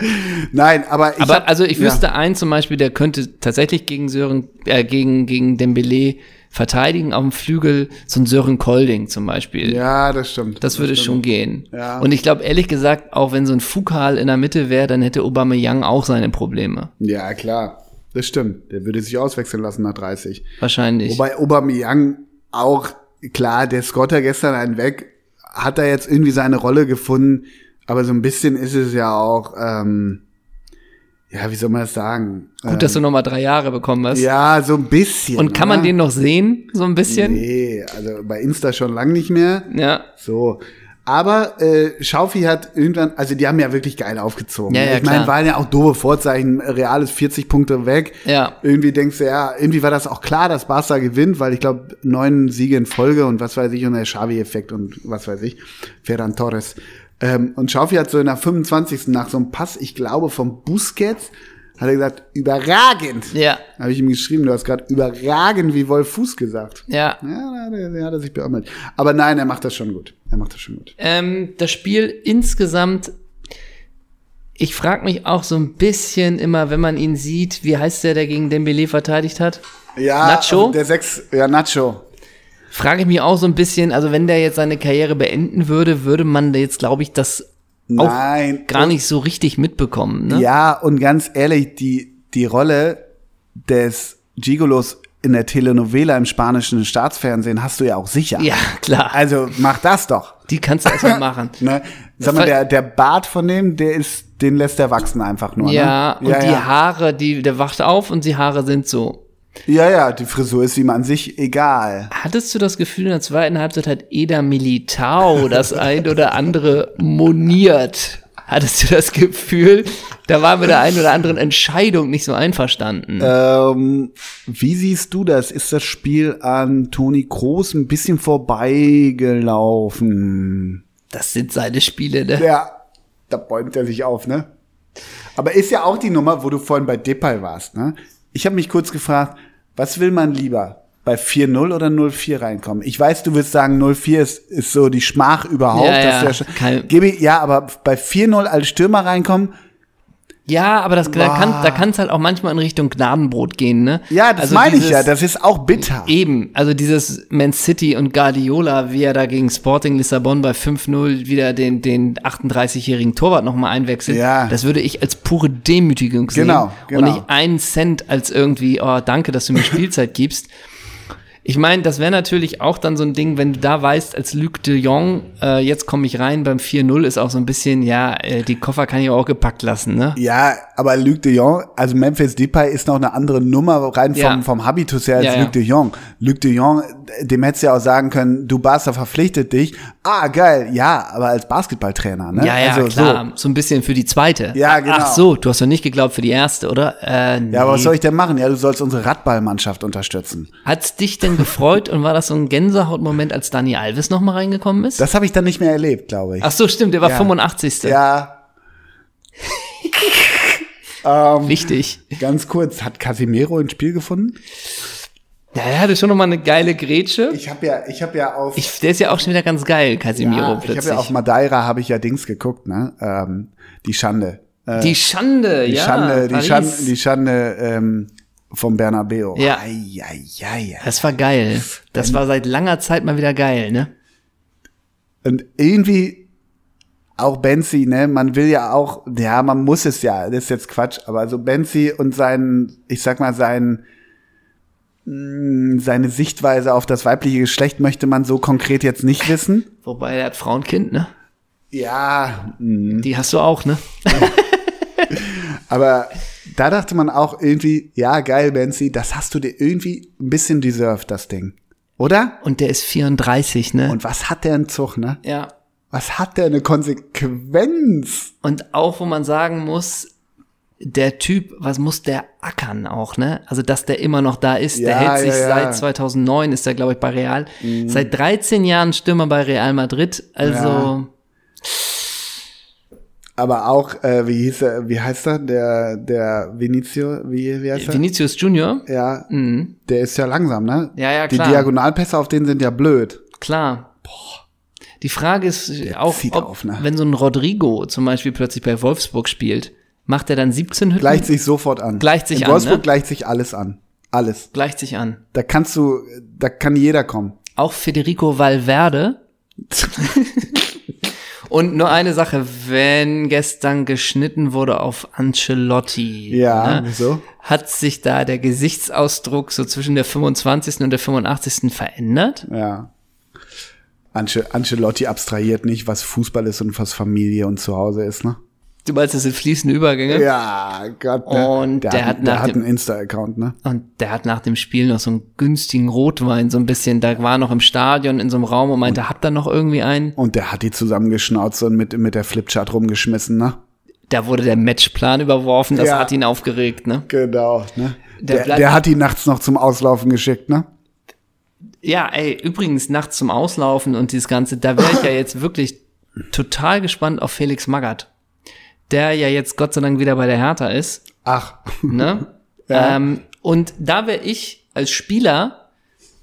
S1: Nein, aber ich
S2: Mhm. Aber
S1: hab-
S2: also ich
S1: ja.
S2: wüsste einen zum Beispiel, der könnte tatsächlich gegen Sören, äh, gegen, gegen Dembele verteidigen auf dem Flügel, so ein Sören Kolding zum Beispiel.
S1: Ja, das stimmt.
S2: Das würde schon gehen.
S1: Ja.
S2: Und ich glaube, ehrlich gesagt, auch wenn so ein Fukal in der Mitte wäre, dann hätte Aubameyang auch seine Probleme.
S1: Ja, klar. Das stimmt. Der würde sich auswechseln lassen nach 30.
S2: Wahrscheinlich.
S1: Wobei Aubameyang auch klar, der Scotter gestern einen weg, hat er jetzt irgendwie seine Rolle gefunden, Aber so ein bisschen ist es ja auch, ähm, ja, wie soll man das sagen? Ähm,
S2: Gut, dass du nochmal drei Jahre bekommen hast.
S1: Ja, so ein bisschen.
S2: Und kann man
S1: ne?
S2: den noch sehen? So ein bisschen?
S1: Nee, also bei Insta schon lang nicht mehr.
S2: Ja.
S1: So. Aber äh, Schaufi hat irgendwann, also die haben ja wirklich geil aufgezogen.
S2: Ja, ja,
S1: ich meine,
S2: klar.
S1: waren ja auch doofe Vorzeichen, Real ist 40 Punkte weg.
S2: Ja.
S1: Irgendwie denkst du, ja, irgendwie war das auch klar, dass Barca gewinnt, weil ich glaube, neun Siege in Folge und was weiß ich, und der Xavi-Effekt und was weiß ich, Ferran Torres. Ähm, und Schaufi hat so in der 25. nach so einem Pass, ich glaube, vom Busquets, hat er gesagt, überragend.
S2: Ja.
S1: Habe ich ihm geschrieben, du hast gerade überragend wie Wolf Fuß gesagt.
S2: Ja.
S1: Ja, da hat er- da hat er sich beömmelt. Aber nein, er macht das schon gut. Er macht das schon gut.
S2: Ähm, das Spiel insgesamt, ich frage mich auch so ein bisschen immer, wenn man ihn sieht, wie heißt der, der gegen Dembele verteidigt hat?
S1: Ja,
S2: Nacho?
S1: Der sechs, ja, Nacho.
S2: Frage ich mich auch so ein bisschen, also wenn der jetzt seine Karriere beenden würde, würde man da jetzt, glaube ich, das
S1: Nein.
S2: auch gar nicht so richtig mitbekommen. Ne?
S1: Ja, und ganz ehrlich, die, die Rolle des Gigolos in der Telenovela im spanischen Staatsfernsehen hast du ja auch sicher.
S2: ja klar.
S1: Also mach das doch.
S2: Die kannst du erstmal machen.
S1: Ne? Sag mal, der, der Bart von dem, der ist, den lässt er wachsen einfach nur.
S2: Ja,
S1: ne?
S2: und die Haare, die, der wacht auf und die Haare sind so.
S1: ja, ja, die Frisur ist ihm an sich egal.
S2: Hattest du das Gefühl, in der zweiten Halbzeit hat Eder Militao das ein oder andere moniert? Hattest du das Gefühl, da war mit der einen oder anderen Entscheidung nicht so einverstanden?
S1: Ähm, wie siehst du das? Ist das Spiel an Toni Kroos ein bisschen vorbeigelaufen?
S2: das sind seine Spiele, ne?
S1: Ja, da bäumt er sich auf, ne? Aber ist ja auch die Nummer, wo du vorhin bei Depay warst, ne? Ich habe mich kurz gefragt, was will man lieber? Bei 4-0 oder 0-4 reinkommen? Ich weiß, du willst sagen, 0-4 ist, ist so die Schmach überhaupt.
S2: Ja,
S1: dass
S2: ja,
S1: du schon-
S2: kein-
S1: Gebe ich- ja, aber bei 4-0 als Stürmer reinkommen,
S2: Ja, aber das, da
S1: Boah.
S2: kann da kann's halt auch manchmal in Richtung Gnadenbrot gehen, ne?
S1: ja, das
S2: Also
S1: meine ich
S2: dieses-
S1: ja, das ist auch bitter.
S2: Eben, also dieses Man City und Guardiola, wie er da gegen Sporting Lissabon bei 5-0 wieder den, den 38-jährigen Torwart nochmal einwechselt,
S1: Ja.
S2: das würde ich als pure Demütigung sehen.
S1: Genau,
S2: Und
S1: genau.
S2: nicht einen Cent als irgendwie, oh, danke, dass du mir Spielzeit gibst. Ich meine, das wäre natürlich auch dann so ein Ding, wenn du da weißt, als Luc de Jong, äh, jetzt komme ich rein beim 4-0, ist auch so ein bisschen, ja, äh, die Koffer kann ich auch gepackt lassen, ne?
S1: Ja, aber Luc de Jong, also Memphis Depay ist noch eine andere Nummer rein vom,
S2: Ja.
S1: vom Habitus her als
S2: Ja, ja.
S1: Luc de Jong. Luc de Jong, dem hättest du ja auch sagen können, du Barca verpflichtet dich. Ah, geil, ja, aber als Basketballtrainer, ne?
S2: Ja, ja,
S1: also,
S2: klar.
S1: So.
S2: So. ein bisschen für die zweite.
S1: Ja, genau.
S2: Ach so, du hast doch nicht geglaubt für die erste, oder? Äh, nee.
S1: Ja, aber was soll ich denn machen? Ja, du sollst unsere Radballmannschaft unterstützen.
S2: Hat's dich denn gefreut und war das so ein Gänsehautmoment, als Dani Alves nochmal reingekommen ist?
S1: Das habe ich dann nicht mehr erlebt, glaube ich.
S2: Ach so, stimmt, der war
S1: Ja.
S2: 85.
S1: Ja, ähm,
S2: Wichtig.
S1: ganz kurz, hat Casimiro ins Spiel gefunden?
S2: Ja, er hatte schon nochmal eine geile Grätsche.
S1: Ich habe ja, ich habe ja auf
S2: Ich, der ist ja auch schon wieder ganz geil, Casimiro
S1: ja, ich
S2: plötzlich.
S1: habe ja auf Madeira habe ich ja Dings geguckt, ne? Ähm, die Schande. Äh,
S2: die Schande,
S1: Die
S2: ja.
S1: Schande, die
S2: Paris.
S1: Schande, die Schande ähm, vom Bernabeo.
S2: Ja.
S1: Ai, ai, ai, ai.
S2: Das war geil. Das war seit langer Zeit mal wieder geil, ne?
S1: Und irgendwie auch Benzi, ne? Man will ja auch, ja, man muss es ja. Das ist jetzt Quatsch, aber so Benzi und sein, ich sag mal sein mh, seine Sichtweise auf das weibliche Geschlecht möchte man so konkret jetzt nicht wissen.
S2: Wobei, der hat Frau und Kind, ne?
S1: Ja, mm.
S2: Die hast du auch, ne?
S1: aber da dachte man auch irgendwie, ja, geil, Benzi, das hast du dir irgendwie ein bisschen deserved, das Ding. Oder?
S2: Und der ist 34, ne?
S1: Und was hat der einen Zug, ne?
S2: ja.
S1: Was hat der eine Konsequenz?
S2: Und auch, wo man sagen muss, der Typ, was muss der ackern auch, ne? Also, dass der immer noch da ist, der
S1: Ja,
S2: hält sich
S1: ja, Mhm. ja.
S2: seit 2009, ist er, glaube ich, bei Real. Seit 13 Jahren Stürmer bei Real Madrid. Also,
S1: Aber auch, äh, wie hieß er, wie heißt er? Der, der Vinicio, wie, wie heißt er?
S2: Vinicius Junior,
S1: ja, der ist ja langsam, ne?
S2: Mhm. Ja, ja,
S1: Die
S2: klar.
S1: Diagonalpässe auf den sind ja blöd.
S2: klar. Die Frage ist auch,
S1: zieht
S2: ob,
S1: auf, ne?
S2: wenn so ein Rodrigo zum Beispiel plötzlich bei Wolfsburg spielt, macht er dann 17 Hütten?
S1: Gleicht sich sofort an.
S2: Mhm. Gleicht sich
S1: In
S2: an,
S1: Wolfsburg
S2: ne?
S1: gleicht sich alles an. Alles.
S2: Gleicht sich an.
S1: Da kannst du, da kann jeder kommen.
S2: Auch Federico Valverde. Und nur eine Sache, wenn gestern geschnitten wurde auf Ancelotti,
S1: Ja,
S2: ne,
S1: wieso?
S2: hat sich da der Gesichtsausdruck so zwischen der 25. und der 85. verändert?
S1: Ja. Ange Ancelotti abstrahiert nicht, was Fußball ist und was Familie und zu Hause ist, ne?
S2: Du meinst, das sind fließende Übergänge?
S1: Ja, Gott, ne?
S2: Und der hat
S1: der
S2: nach
S1: hat
S2: dem-
S1: einen Insta-Account, ne?
S2: Und der hat nach dem Spiel noch so einen günstigen Rotwein, so ein bisschen, da war noch im Stadion in so einem Raum und meinte, habt da noch irgendwie einen?
S1: Und der hat die zusammengeschnauzt und mit, mit der Flipchart rumgeschmissen, ne?
S2: Da wurde der Matchplan überworfen, das
S1: Ja.
S2: hat ihn aufgeregt, ne?
S1: Genau, ne?
S2: Der
S1: Der, der,
S2: bleibt-
S1: hat die nachts noch zum Auslaufen geschickt, ne?
S2: Ja, ey, übrigens nachts zum Auslaufen und dieses Ganze, da wäre ich ja jetzt wirklich total gespannt auf Felix Magath, der ja jetzt Gott sei Dank wieder bei der Hertha ist,
S1: Ach,
S2: ne?
S1: Ja.
S2: ähm, und da wäre ich als Spieler,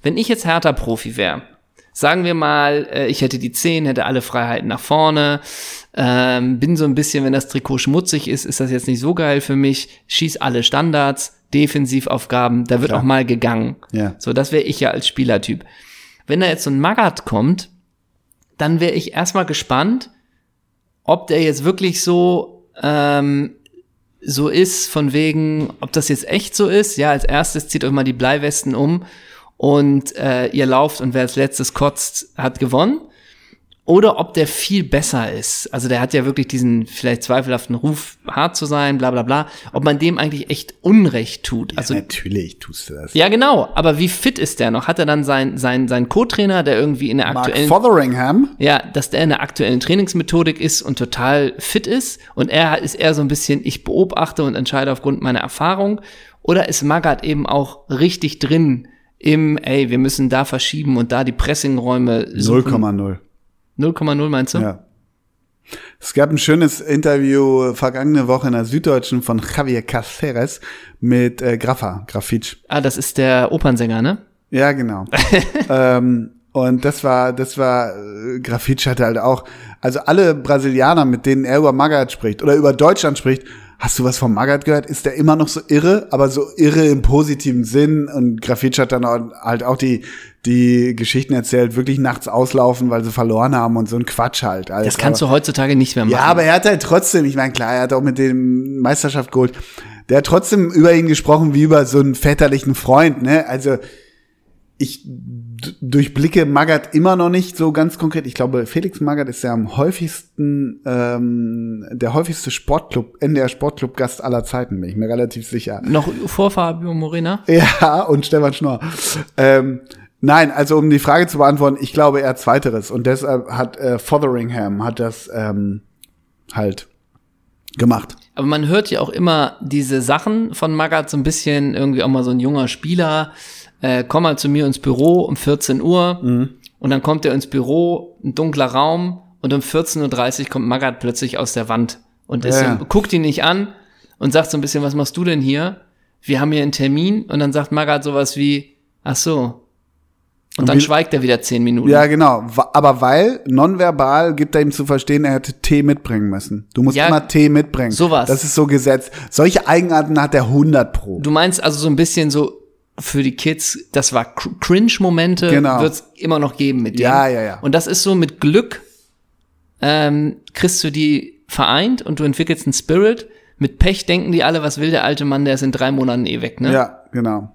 S2: wenn ich jetzt Hertha-Profi wäre, sagen wir mal, äh, ich hätte die 10, hätte alle Freiheiten nach vorne, ähm, bin so ein bisschen, wenn das Trikot schmutzig ist, ist das jetzt nicht so geil für mich, schieß alle Standards, Defensivaufgaben, da wird
S1: Klar.
S2: auch mal gegangen.
S1: ja.
S2: So, das wäre ich ja als Spielertyp. Wenn da jetzt so ein Magath kommt, dann wäre ich erstmal gespannt, ob der jetzt wirklich so, ähm, so ist, von wegen, ob das jetzt echt so ist. Ja, als erstes zieht euch mal die Bleiwesten um und äh, ihr lauft und wer als letztes kotzt, hat gewonnen. Oder ob der viel besser ist. Also der hat ja wirklich diesen vielleicht zweifelhaften Ruf, hart zu sein, bla bla bla. Ob man dem eigentlich echt Unrecht tut. Also
S1: ja. Natürlich tust du das.
S2: ja, genau. Aber wie fit ist der noch? Hat er dann seinen sein, sein Co-Trainer, der irgendwie in der
S1: Mark
S2: aktuellen,
S1: Fotheringham?
S2: ja, dass der in der aktuellen Trainingsmethodik ist und total fit ist? Und er ist eher so ein bisschen, ich beobachte und entscheide aufgrund meiner Erfahrung. Oder ist Magath eben auch richtig drin im, ey, wir müssen da verschieben und da die Pressingräume suchen?
S1: 0,0.
S2: 0,0 meinst du?
S1: Ja. Es gab ein schönes Interview vergangene Woche in der Süddeutschen von Javier Caceres mit äh, Graffa, Grafitsch.
S2: Ah, das ist der Opernsänger, ne?
S1: Ja, genau. ähm, und das war, das war, äh, Grafitsch hatte halt auch, also alle Brasilianer, mit denen er über Magath spricht oder über Deutschland spricht, hast du was von Magath gehört? Ist der immer noch so irre, aber so irre im positiven Sinn? Und Grafitsch hat dann auch- halt auch die, die Geschichten erzählt, wirklich nachts auslaufen, weil sie verloren haben und so ein Quatsch halt. Also,
S2: Das kannst du heutzutage nicht mehr machen.
S1: ja, aber er hat halt trotzdem, ich meine, klar, er hat auch mit dem Meisterschaft geholt. Der hat trotzdem über ihn gesprochen wie über so einen väterlichen Freund, ne? Also ich d- durchblicke Magath immer noch nicht so ganz konkret. Ich glaube, Felix Magath ist ja am häufigsten ähm, der häufigste Sportclub, NDR Sportclub-Gast aller Zeiten, bin ich mir relativ sicher.
S2: Noch vor Fabio Morena?
S1: Ja, und Stefan Schnorr. Ähm, nein, also um die Frage zu beantworten, ich glaube eher zweiteres. Und deshalb hat äh, Fotheringham hat das ähm, halt gemacht.
S2: Aber man hört ja auch immer diese Sachen von Magath, so ein bisschen irgendwie auch mal so ein junger Spieler, äh, komm mal zu mir ins Büro um 14 Uhr
S1: Mhm.
S2: und dann kommt er ins Büro, ein dunkler Raum und um 14.30 Uhr kommt Magath plötzlich aus der Wand und ist,
S1: Ja.
S2: so- guckt ihn nicht an und sagt so ein bisschen, was machst du denn hier? Wir haben hier einen Termin und dann sagt Magath sowas wie, ach so. Und dann
S1: wie-
S2: schweigt er wieder 10 Minuten.
S1: Ja, genau. Wa- Aber weil nonverbal gibt er ihm zu verstehen, er hätte Tee mitbringen müssen. Du musst
S2: Ja,
S1: immer Tee mitbringen.
S2: sowas.
S1: Das ist so gesetzt. Solche Eigenarten hat er 100 pro.
S2: Du meinst also so ein bisschen so für die Kids, das war cr- Cringe-Momente,
S1: Genau.
S2: wird's immer noch geben mit denen.
S1: Ja, ja, ja.
S2: Und das ist so mit Glück, ähm, kriegst du die vereint und du entwickelst einen Spirit. Mit Pech denken die alle, was will der alte Mann, der ist in drei Monaten eh weg, ne?
S1: Ja, genau.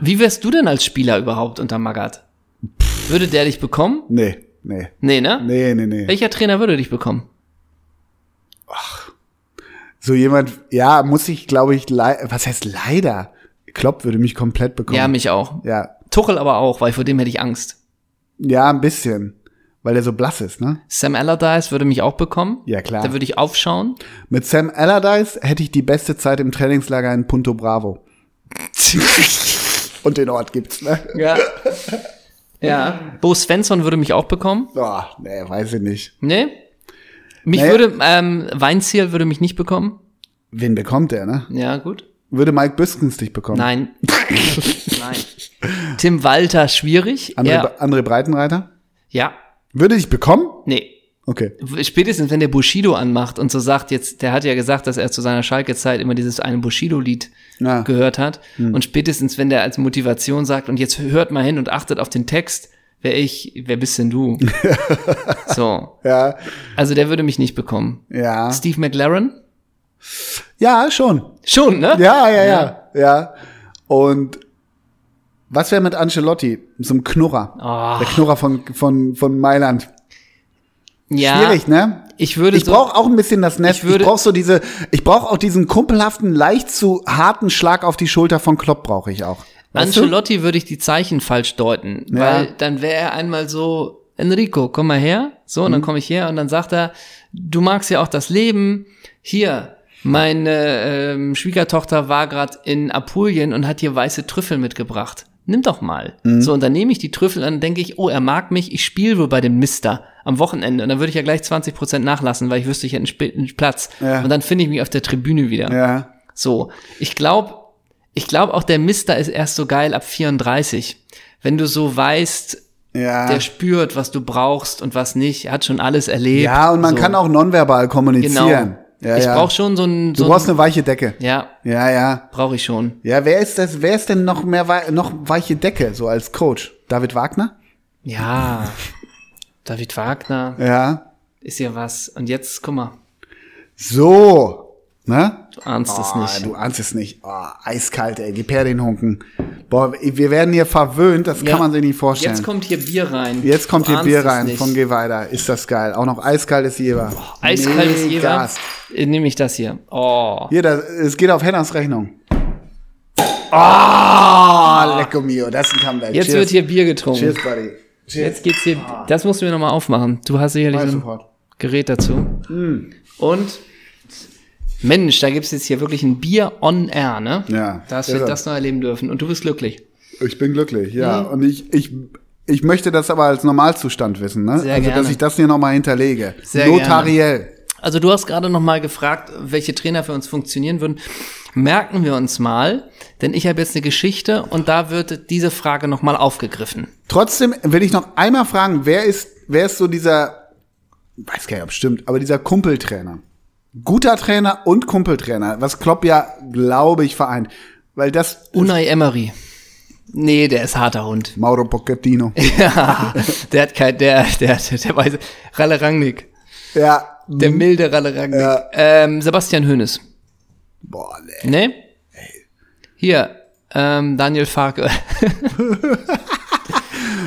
S2: Wie wärst du denn als Spieler überhaupt unter Magath? Würde der dich bekommen?
S1: Nee, nee.
S2: Nee, ne?
S1: Nee, nee, nee.
S2: Welcher Trainer würde dich bekommen?
S1: So jemand, ja, muss ich, glaube ich, lei- was heißt leider? Klopp würde mich komplett bekommen.
S2: Ja, mich auch.
S1: ja,
S2: Tuchel aber auch, weil vor dem hätte ich Angst.
S1: Ja, ein bisschen. Weil der so blass ist, ne?
S2: Sam Allardyce würde mich auch bekommen.
S1: Ja, klar.
S2: Da würde ich aufschauen.
S1: Mit Sam Allardyce hätte ich die beste Zeit im Trainingslager in Punto Bravo. Und den Ort gibt's, ne?
S2: Ja. Ja. Bo Svensson würde mich auch bekommen.
S1: Oh, nee, weiß ich nicht.
S2: Nee. Mich
S1: Naja.
S2: würde, ähm, Weinziel würde mich nicht bekommen.
S1: Wen bekommt er, ne?
S2: Ja, gut.
S1: Würde Mike Biskens dich bekommen?
S2: Nein. Nein. Tim Walter, schwierig.
S1: André,
S2: ja.
S1: André Breitenreiter?
S2: ja.
S1: Würde dich bekommen?
S2: Nee.
S1: Okay.
S2: Spätestens, wenn der Bushido anmacht und so sagt, jetzt, der hat ja gesagt, dass er zu seiner Schalke-Zeit immer dieses eine Bushido-Lied
S1: Ja.
S2: gehört hat. Und spätestens, wenn der als Motivation sagt, und jetzt hört mal hin und achtet auf den Text, wer ich, wer bist denn du? so.
S1: Ja,
S2: Also der würde mich nicht bekommen.
S1: ja.
S2: Steve McLaren?
S1: Ja, schon.
S2: Schon, ne?
S1: Ja, ja, ja. Ja. Und Was wäre mit Ancelotti? So einem Knurrer.
S2: Ah.
S1: Der Knurrer von, von, von Mailand.
S2: Ja,
S1: Schwierig, ne?
S2: Ich würde
S1: Ich
S2: so,
S1: brauche auch ein bisschen das Nest.
S2: Ich
S1: Ich,
S2: würde-
S1: brauche so diese, ich brauche auch diesen kumpelhaften, leicht zu harten Schlag auf die Schulter von Klopp brauche ich auch. Weißt du?
S2: Ancelotti würde ich die Zeichen falsch deuten,
S1: Ja.
S2: weil dann wäre er einmal so, Enrico, komm mal her, so,
S1: Mhm.
S2: und dann komme ich her und dann sagt er, du magst ja auch das Leben, hier, meine ähm, Schwiegertochter war gerade in Apulien und hat hier weiße Trüffel mitgebracht. Nimm doch mal.
S1: Mhm.
S2: So, und dann nehme ich die Trüffel und dann denke ich, oh, er mag mich, ich spiele wohl bei dem Mister am Wochenende. Und dann würde ich ja gleich 20% nachlassen, weil ich wüsste, ich hätte einen Sp- einen Platz.
S1: Ja.
S2: Und dann finde ich mich auf der Tribüne wieder.
S1: Ja.
S2: So, ich glaube, ich glaube auch der Mister ist erst so geil ab 34. Wenn du so weißt,
S1: Ja.
S2: der spürt, was du brauchst und was nicht, er hat schon alles erlebt.
S1: ja, und man
S2: so.
S1: kann auch nonverbal
S2: genau.
S1: kommunizieren. Ja,
S2: ich
S1: ja.
S2: brauche schon so ein,
S1: du
S2: so
S1: brauchst
S2: ein
S1: eine weiche Decke.
S2: ja,
S1: Ja, ja.
S2: brauche ich schon.
S1: Ja, wer ist das, wer ist denn noch mehr wei noch weiche Decke, so als Coach? David Wagner?
S2: Ja. David Wagner
S1: Ja.
S2: ist ja was. Und jetzt, guck mal,
S1: So. Ne?
S2: du ahnst es
S1: Ah,
S2: nicht.
S1: Du ahnst es nicht. Oh, eiskalt, ey. Gib her den Hunken. Boah, wir werden hier verwöhnt, das
S2: Ja.
S1: kann man sich nicht vorstellen.
S2: Jetzt kommt hier Bier rein.
S1: Jetzt kommt
S2: Du
S1: hier
S2: ahnst
S1: Bier
S2: es
S1: rein
S2: nicht.
S1: von Geweider. Ist das geil. Auch noch eiskaltes Jever.
S2: Eiskaltes Jever.
S1: Megas.
S2: Äh, Nehme ich das hier. Oh.
S1: Hier, das, es geht auf Henners Rechnung. Oh, lecko mio. Das ist ein Comeback.
S2: Ah! Jetzt
S1: Cheers.
S2: wird hier Bier getrunken.
S1: Cheers, buddy. Cheers.
S2: Jetzt geht's hier. Das musst du mir nochmal aufmachen. Du hast sicherlich
S1: Mach ich Hm.
S2: so ein
S1: sofort.
S2: Gerät dazu. Und Mensch, da gibt's jetzt hier wirklich ein Bier on air, ne?
S1: Ja.
S2: Dass wir
S1: Ja.
S2: das noch erleben dürfen. Und du bist glücklich.
S1: Ich bin glücklich, ja.
S2: Mhm.
S1: Und ich, ich, ich möchte das aber als Normalzustand wissen, ne?
S2: Sehr
S1: also,
S2: gerne.
S1: dass ich das hier nochmal hinterlege.
S2: Sehr
S1: Notariell.
S2: Also du hast gerade noch mal gefragt, welche Trainer für uns funktionieren würden. Merken wir uns mal, denn ich habe jetzt eine Geschichte und da wird diese Frage noch mal aufgegriffen.
S1: Trotzdem will ich noch einmal fragen, wer ist, wer ist so dieser, weiß gar nicht, ob es stimmt, aber dieser Kumpeltrainer. Guter Trainer und Kumpeltrainer, was Klopp ja, glaube ich, vereint. Weil das,
S2: Unai Emery. Nee, der ist harter Hund.
S1: Mauro Pochettino.
S2: Ja, der hat kein, der, der, der, der weiß, Ralle Rangnick.
S1: ja,
S2: Der milde Ralle Rangnick.
S1: Mhm. Ja.
S2: Ähm, Sebastian Hoeneß.
S1: boah, ne.
S2: Ne? Hier, ähm, Daniel Farke.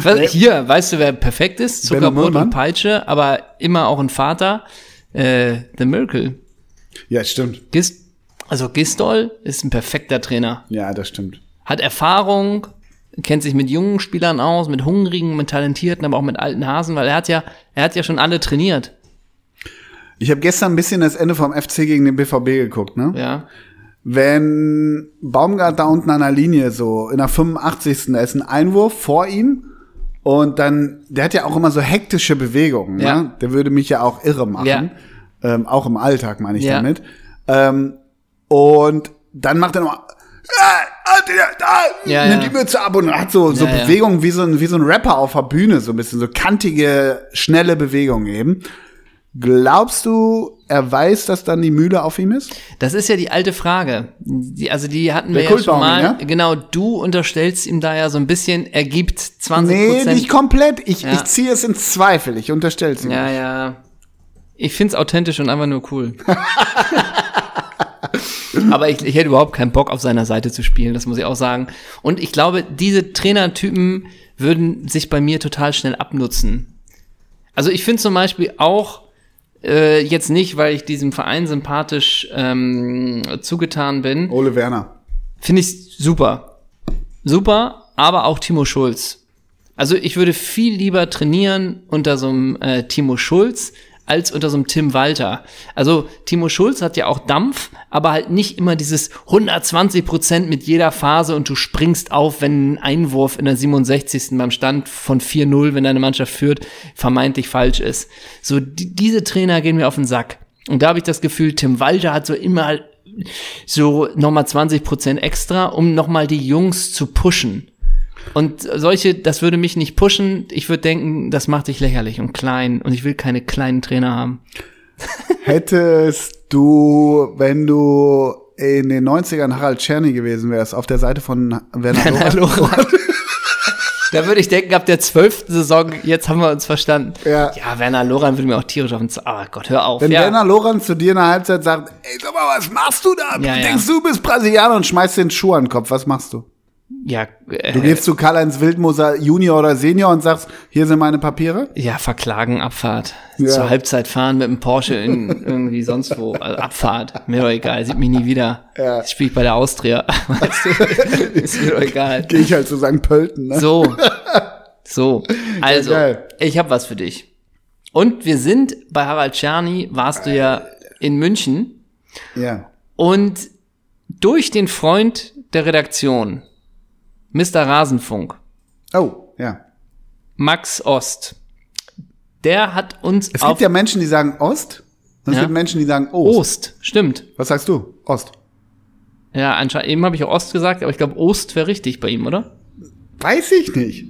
S2: Was, hier, weißt du, wer perfekt ist?
S1: Benno
S2: Zuckerbrot
S1: Müllmann?
S2: und Peitsche, aber immer auch ein Vater. Äh, The Miracle.
S1: Ja, stimmt.
S2: Gist, also Gistol ist ein perfekter Trainer.
S1: Ja, das stimmt.
S2: Hat Erfahrung, kennt sich mit jungen Spielern aus, mit hungrigen, mit talentierten, aber auch mit alten Hasen, weil er hat ja, er hat ja schon alle trainiert.
S1: Ich habe gestern ein bisschen das Ende vom FC gegen den BVB geguckt, ne?
S2: Ja.
S1: Wenn Baumgart da unten an der Linie so in der 85. Da ist ein Einwurf vor ihm und dann, der hat ja auch immer so hektische Bewegungen.
S2: Ja.
S1: Ne? Der würde mich ja auch irre machen.
S2: Ja.
S1: Ähm, auch im Alltag meine ich
S2: Ja.
S1: damit. Ähm, und dann macht er nochmal. halt
S2: Ja,
S1: nimmt
S2: ja.
S1: die Mütze ab und hat so, so
S2: Ja, ja.
S1: Bewegungen wie so, ein, wie so ein Rapper auf der Bühne, so ein bisschen so kantige, schnelle Bewegungen eben. Glaubst du, er weiß, dass dann die Mühle auf ihm ist?
S2: Das ist ja die alte Frage. Die, also die hatten
S1: Der
S2: wir ja schon
S1: Kultbaum, ne?
S2: mal.
S1: ja?
S2: Genau, du unterstellst ihm da ja so ein bisschen, er gibt 20
S1: Nee, nicht
S2: Prozent.
S1: komplett. Ich,
S2: Ja.
S1: ich ziehe es in Zweifel. Ich unterstelle es ihm.
S2: ja, ja. Ich find's authentisch und einfach nur cool. Aber ich, ich hätte überhaupt keinen Bock, auf seiner Seite zu spielen, das muss ich auch sagen. Und ich glaube, diese Trainertypen würden sich bei mir total schnell abnutzen. Also ich finde zum Beispiel auch, äh, jetzt nicht, weil ich diesem Verein sympathisch ähm, zugetan bin,
S1: Ole Werner.
S2: Finde ich super. Super, aber auch Timo Schulz. Also ich würde viel lieber trainieren unter so einem äh, Timo Schulz als unter so einem Tim Walter. Also Timo Schulz hat ja auch Dampf, aber halt nicht immer dieses 120 Prozent mit jeder Phase und du springst auf, wenn ein Einwurf in der 67. beim Stand von 4-0, wenn deine Mannschaft führt, vermeintlich falsch ist. So die, diese Trainer gehen mir auf den Sack. Und da habe ich das Gefühl, Tim Walter hat so immer so nochmal 20 Prozent extra, um nochmal die Jungs zu pushen. Und solche, das würde mich nicht pushen. Ich würde denken, das macht dich lächerlich und klein. Und ich will keine kleinen Trainer haben.
S1: Hättest du, wenn du in den 90ern Harald Czerny gewesen wärst, auf der Seite von Werner Lorach-
S2: Hallo. da würde ich denken, ab der zwölften Saison, jetzt haben wir uns verstanden.
S1: Ja.
S2: ja Werner Loran würde mir auch tierisch auf den Z Ah Gott, hör auf.
S1: Wenn
S2: ja.
S1: Werner Lorenz zu dir in der Halbzeit sagt, ey, sag mal, was machst du da?
S2: Ja, ja.
S1: Denkst du, bist Brasilianer und schmeißt dir den Schuh an den Kopf. Was machst du?
S2: ja,
S1: Du
S2: äh,
S1: gehst zu Karl-Heinz Wildmoser Junior oder Senior und sagst, hier sind meine Papiere.
S2: ja, verklagen, Abfahrt.
S1: Ja.
S2: Zur Halbzeit fahren mit dem Porsche in irgendwie sonst wo. Also Abfahrt. Mir doch egal, sieht mich nie wieder.
S1: Ja.
S2: Das spiel ich bei der Austria. Weißt du? Ist mir doch egal.
S1: Gehe ich halt zu St. Pölten. Ne?
S2: So. So. Also,
S1: geil.
S2: ich habe was für dich. Und wir sind bei Harald Czerny, warst du ja in München.
S1: Ja.
S2: Und durch den Freund der Redaktion, Mr. Rasenfunk,
S1: Oh, ja.
S2: Max Ost, der hat uns
S1: Es
S2: auf
S1: gibt ja Menschen, die sagen Ost. Und es
S2: Ja.
S1: gibt Menschen, die sagen Ost.
S2: Ost, stimmt.
S1: Was sagst du? Ost.
S2: Ja, anscheinend, eben habe ich auch Ost gesagt, aber ich glaube, Ost wäre richtig bei ihm, oder?
S1: Weiß ich nicht.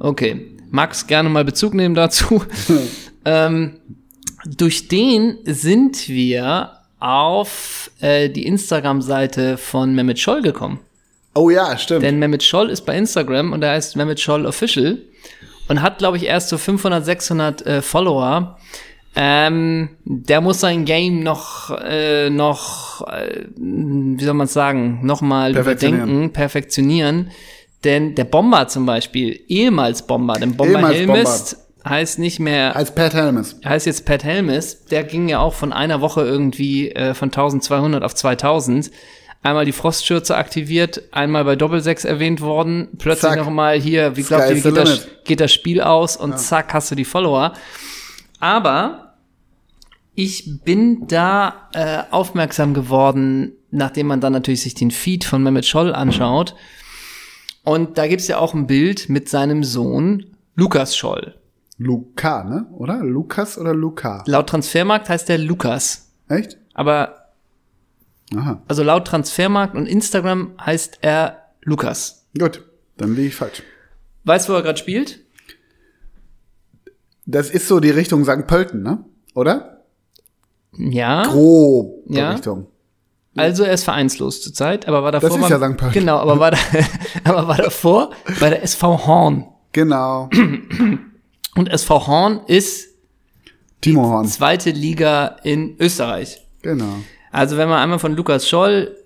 S2: Okay. Max, gerne mal Bezug nehmen dazu. ähm, durch den sind wir auf äh, die Instagram-Seite von Mehmet Scholl gekommen.
S1: Oh ja, stimmt.
S2: Denn Mehmet Scholl ist bei Instagram und er heißt Mehmet Scholl Official und hat, glaube ich, erst so 500, 600 äh, Follower. Ähm, der muss sein Game noch, äh, noch, äh, wie soll man es sagen, nochmal
S1: Perfektionieren.
S2: überdenken, perfektionieren. Denn der Bomber zum Beispiel, ehemals Bomber, denn Bomber
S1: Ehemals
S2: Helmist heißt nicht mehr
S1: Als Pat Helmes.
S2: heißt jetzt Pat Helmis, der ging ja auch von einer Woche irgendwie äh, von 1200 auf 2000. Einmal die Frostschürze aktiviert, einmal bei Doppelsechs erwähnt worden, plötzlich
S1: Zack.
S2: nochmal hier, wie glaubt
S1: Sky's
S2: ihr,
S1: the
S2: geht das,
S1: limit.
S2: geht das Spiel aus und zack, hast du die Follower. Aber ich bin da äh, aufmerksam geworden, nachdem man dann natürlich sich den Feed von Mehmet Scholl anschaut. Und da gibt's ja auch ein Bild mit seinem Sohn Lukas Scholl.
S1: Luca, ne? Oder? Lukas oder Luca?
S2: Laut Transfermarkt heißt der Lukas.
S1: Echt?
S2: Aber
S1: Aha.
S2: also laut Transfermarkt und Instagram heißt er Lukas.
S1: Gut. Dann liege ich falsch.
S2: Weißt du, wo er gerade spielt?
S1: Das ist so die Richtung St. Pölten, ne? Oder?
S2: Ja.
S1: Grob
S2: Ja.
S1: Richtung.
S2: Also er ist vereinslos zurzeit, aber war davor.
S1: Das ist
S2: beim,
S1: ja St. Pauli.
S2: Genau, aber war, da, aber war davor bei der SV Horn.
S1: Genau.
S2: Und SV Horn ist
S1: Timo Horn.
S2: zweite Liga in Österreich.
S1: Genau.
S2: Also wenn man einmal von Lukas Scholl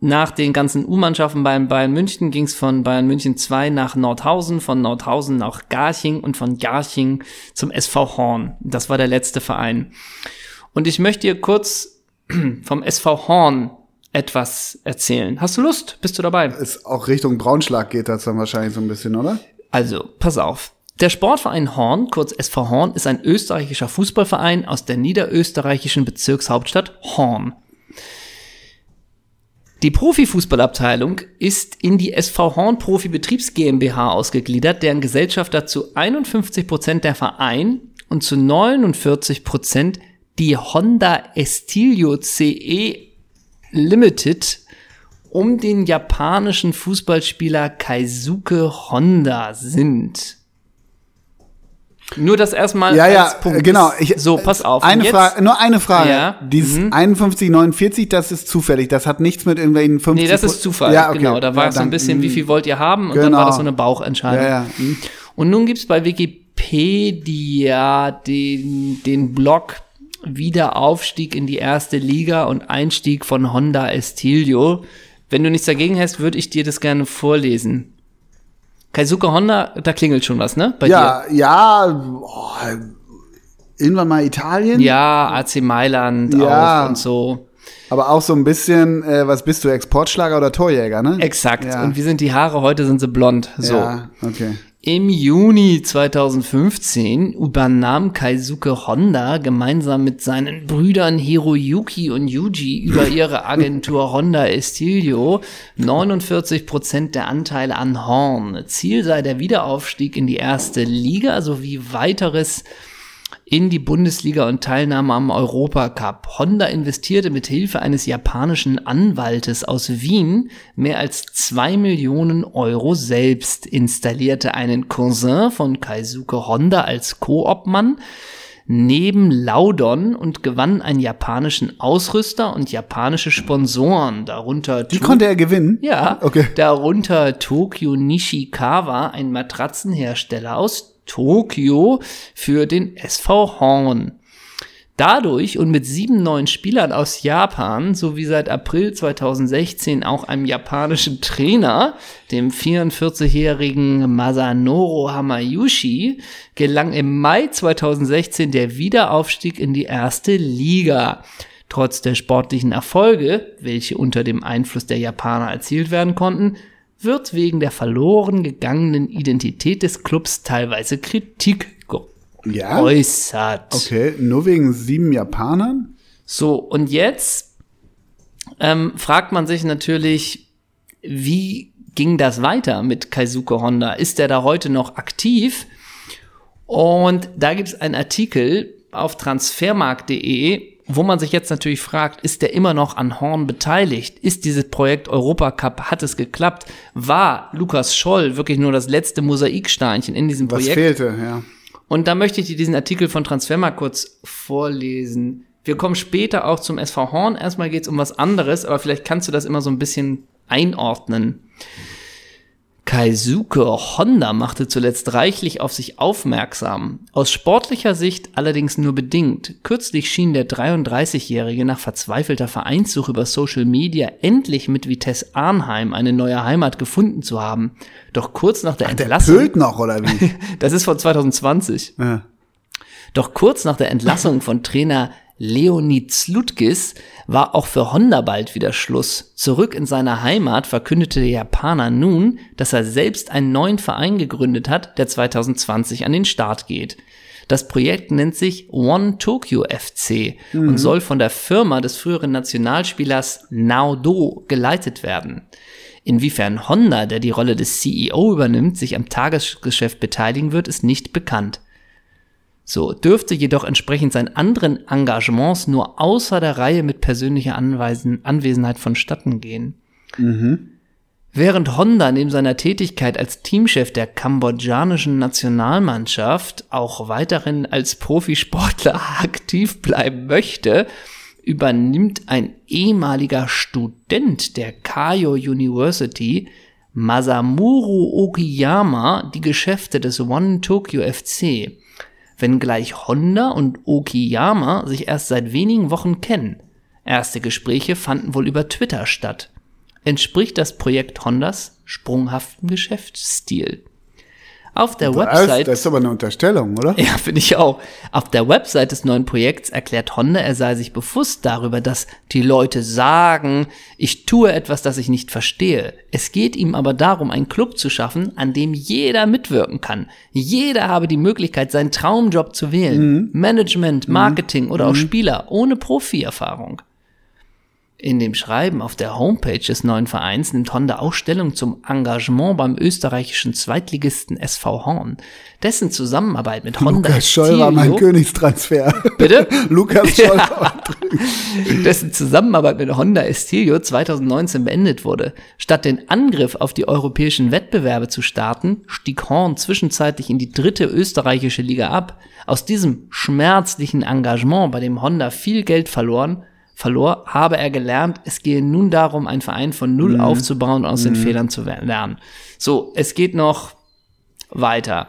S2: nach den ganzen U-Mannschaften bei Bayern München ging es von Bayern München 2 nach Nordhausen, von Nordhausen nach Garching und von Garching zum SV Horn. Das war der letzte Verein. Und ich möchte dir kurz vom SV Horn etwas erzählen. Hast du Lust? Bist du dabei?
S1: Ist auch Richtung Braunschlag geht das dann wahrscheinlich so ein bisschen, oder?
S2: Also, pass auf. Der Sportverein Horn, kurz SV Horn, ist ein österreichischer Fußballverein aus der niederösterreichischen Bezirkshauptstadt Horn. Die Profifußballabteilung ist in die SV Horn Profi Betriebs GmbH ausgegliedert, deren Gesellschafter zu 51% der Verein und zu 49% die Honda Estilio CE Limited um den japanischen Fußballspieler Kaisuke Honda sind. Nur das erstmal
S1: Ja, ja,
S2: als Punkt.
S1: genau. Ich-
S2: so, pass auf. Und
S1: Eine
S2: jetzt-
S1: Frage, nur eine Frage.
S2: Ja. mhm.
S1: Dieses 51, 49, das ist zufällig. Das hat nichts mit irgendwelchen 50.
S2: Nee, das ist Zufall.
S1: Ja, okay.
S2: Genau, da war
S1: ja,
S2: es so ein
S1: dann-
S2: bisschen, Mhm. wie viel wollt ihr haben? Und dann
S1: Genau.
S2: war das so eine Bauchentscheidung.
S1: Ja, ja. hm.
S2: Und nun gibt's bei Wikipedia den, den Blog Wiederaufstieg in die erste Liga und Einstieg von Honda Estilio. Wenn du nichts dagegen hast, würde ich dir das gerne vorlesen. Kaisuke Honda, da klingelt schon was, ne? Bei dir.
S1: Ja, ja. boah, irgendwann mal Italien.
S2: Ja, AC Mailand
S1: Ja.
S2: auch und so.
S1: Aber auch so ein bisschen, äh, was bist du, Exportschlager oder Torjäger, ne?
S2: Exakt.
S1: Ja.
S2: Und wie sind die Haare? Heute sind sie blond. So.
S1: Ja, okay.
S2: Im Juni 2015 übernahm Kaisuke Honda gemeinsam mit seinen Brüdern Hiroyuki und Yuji über ihre Agentur Honda Estilio 49 Prozent der Anteile an Horn. Ziel sei der Wiederaufstieg in die erste Liga sowie weiteres in die Bundesliga und Teilnahme am Europacup. Honda investierte mit Hilfe eines japanischen Anwaltes aus Wien mehr als zwei Millionen Euro selbst, installierte einen Cousin von Kaisuke Honda als Koopmann neben Laudon und gewann einen japanischen Ausrüster und japanische Sponsoren, darunter
S1: Die konnte er gewinnen?
S2: ja,
S1: Okay.
S2: darunter Tokyo Nishikawa, ein Matratzenhersteller aus Tokio für den SV Horn. Dadurch und mit sieben neuen Spielern aus Japan sowie seit April 2016 auch einem japanischen Trainer, dem 44-jährigen Masanoro Hamayushi, gelang im Mai 2016 der Wiederaufstieg in die erste Liga. Trotz der sportlichen Erfolge, welche unter dem Einfluss der Japaner erzielt werden konnten, wird wegen der verloren gegangenen Identität des Clubs teilweise Kritik ge
S1: Ja?
S2: äußert.
S1: Okay, nur wegen sieben Japanern?
S2: So, und jetzt ähm, fragt man sich natürlich, wie ging das weiter mit Kaisuke Honda? Ist er da heute noch aktiv? Und da gibt es einen Artikel auf transfermarkt.de, wo man sich jetzt natürlich fragt, ist der immer noch an Horn beteiligt? Ist dieses Projekt Europacup, hat es geklappt? War Lukas Scholl wirklich nur das letzte Mosaiksteinchen in diesem
S1: Was
S2: Projekt?
S1: fehlte, ja.
S2: Und da möchte ich dir diesen Artikel von Transfermarkt kurz vorlesen. Wir kommen später auch zum SV Horn. Erstmal geht's um was anderes, aber vielleicht kannst du das immer so ein bisschen einordnen. Kaisuke Honda machte zuletzt reichlich auf sich aufmerksam. Aus sportlicher Sicht allerdings nur bedingt. Kürzlich schien der 33-Jährige nach verzweifelter Vereinssuche über Social Media endlich mit Vitesse Arnheim eine neue Heimat gefunden zu haben. Doch kurz nach der
S1: Der
S2: Entlassung.
S1: pölt noch, oder wie?
S2: Das ist von 2020.
S1: Ja.
S2: Doch kurz nach der Entlassung von Trainer Leonid Slutkis war auch für Honda bald wieder Schluss. Zurück in seiner Heimat verkündete der Japaner nun, dass er selbst einen neuen Verein gegründet hat, der 2020 an den Start geht. Das Projekt nennt sich One Tokyo FC und soll von der Firma des früheren Nationalspielers Naodo geleitet werden. Inwiefern Honda, der die Rolle des CEO übernimmt, sich am Tagesgeschäft beteiligen wird, ist nicht bekannt. So dürfte jedoch entsprechend seinen anderen Engagements nur außer der Reihe mit persönlicher Anweisen, Anwesenheit vonstatten gehen. Während Honda neben seiner Tätigkeit als Teamchef der kambodschanischen Nationalmannschaft auch weiterhin als Profisportler aktiv bleiben möchte, übernimmt ein ehemaliger Student der Kayo University, Masamuru Okiyama, die Geschäfte des One Tokyo FC wenngleich Honda und Okiyama sich erst seit wenigen Wochen kennen. Erste Gespräche fanden wohl über Twitter statt. Entspricht das Projekt Hondas sprunghaften Geschäftsstil. Auf der
S1: Das,
S2: Website.
S1: das ist aber eine Unterstellung, oder?
S2: Ja, finde ich auch. Auf der Website des neuen Projekts erklärt Honda, er sei sich bewusst darüber, dass die Leute sagen, ich tue etwas, das ich nicht verstehe. Es geht ihm aber darum, einen Club zu schaffen, an dem jeder mitwirken kann. Jeder habe die Möglichkeit, seinen Traumjob zu wählen. Management, Marketing oder auch Spieler ohne Profierfahrung. In dem Schreiben auf der Homepage des neuen Vereins nimmt Honda auch Stellung zum Engagement beim österreichischen Zweitligisten SV Horn. Dessen Zusammenarbeit mit Honda
S1: Lukas Scholl war mein
S2: Estilio,
S1: Königstransfer.
S2: bitte,
S1: Lukas Scholl war
S2: dessen Zusammenarbeit mit Honda Estilio 2019 beendet wurde. Statt den Angriff auf die europäischen Wettbewerbe zu starten, stieg Horn zwischenzeitlich in die dritte österreichische Liga ab. Aus diesem schmerzlichen Engagement, bei dem Honda viel Geld verloren, verlor, habe er gelernt, es gehe nun darum, einen Verein von Null aufzubauen und aus den Fehlern zu wer- lernen. So, es geht noch weiter.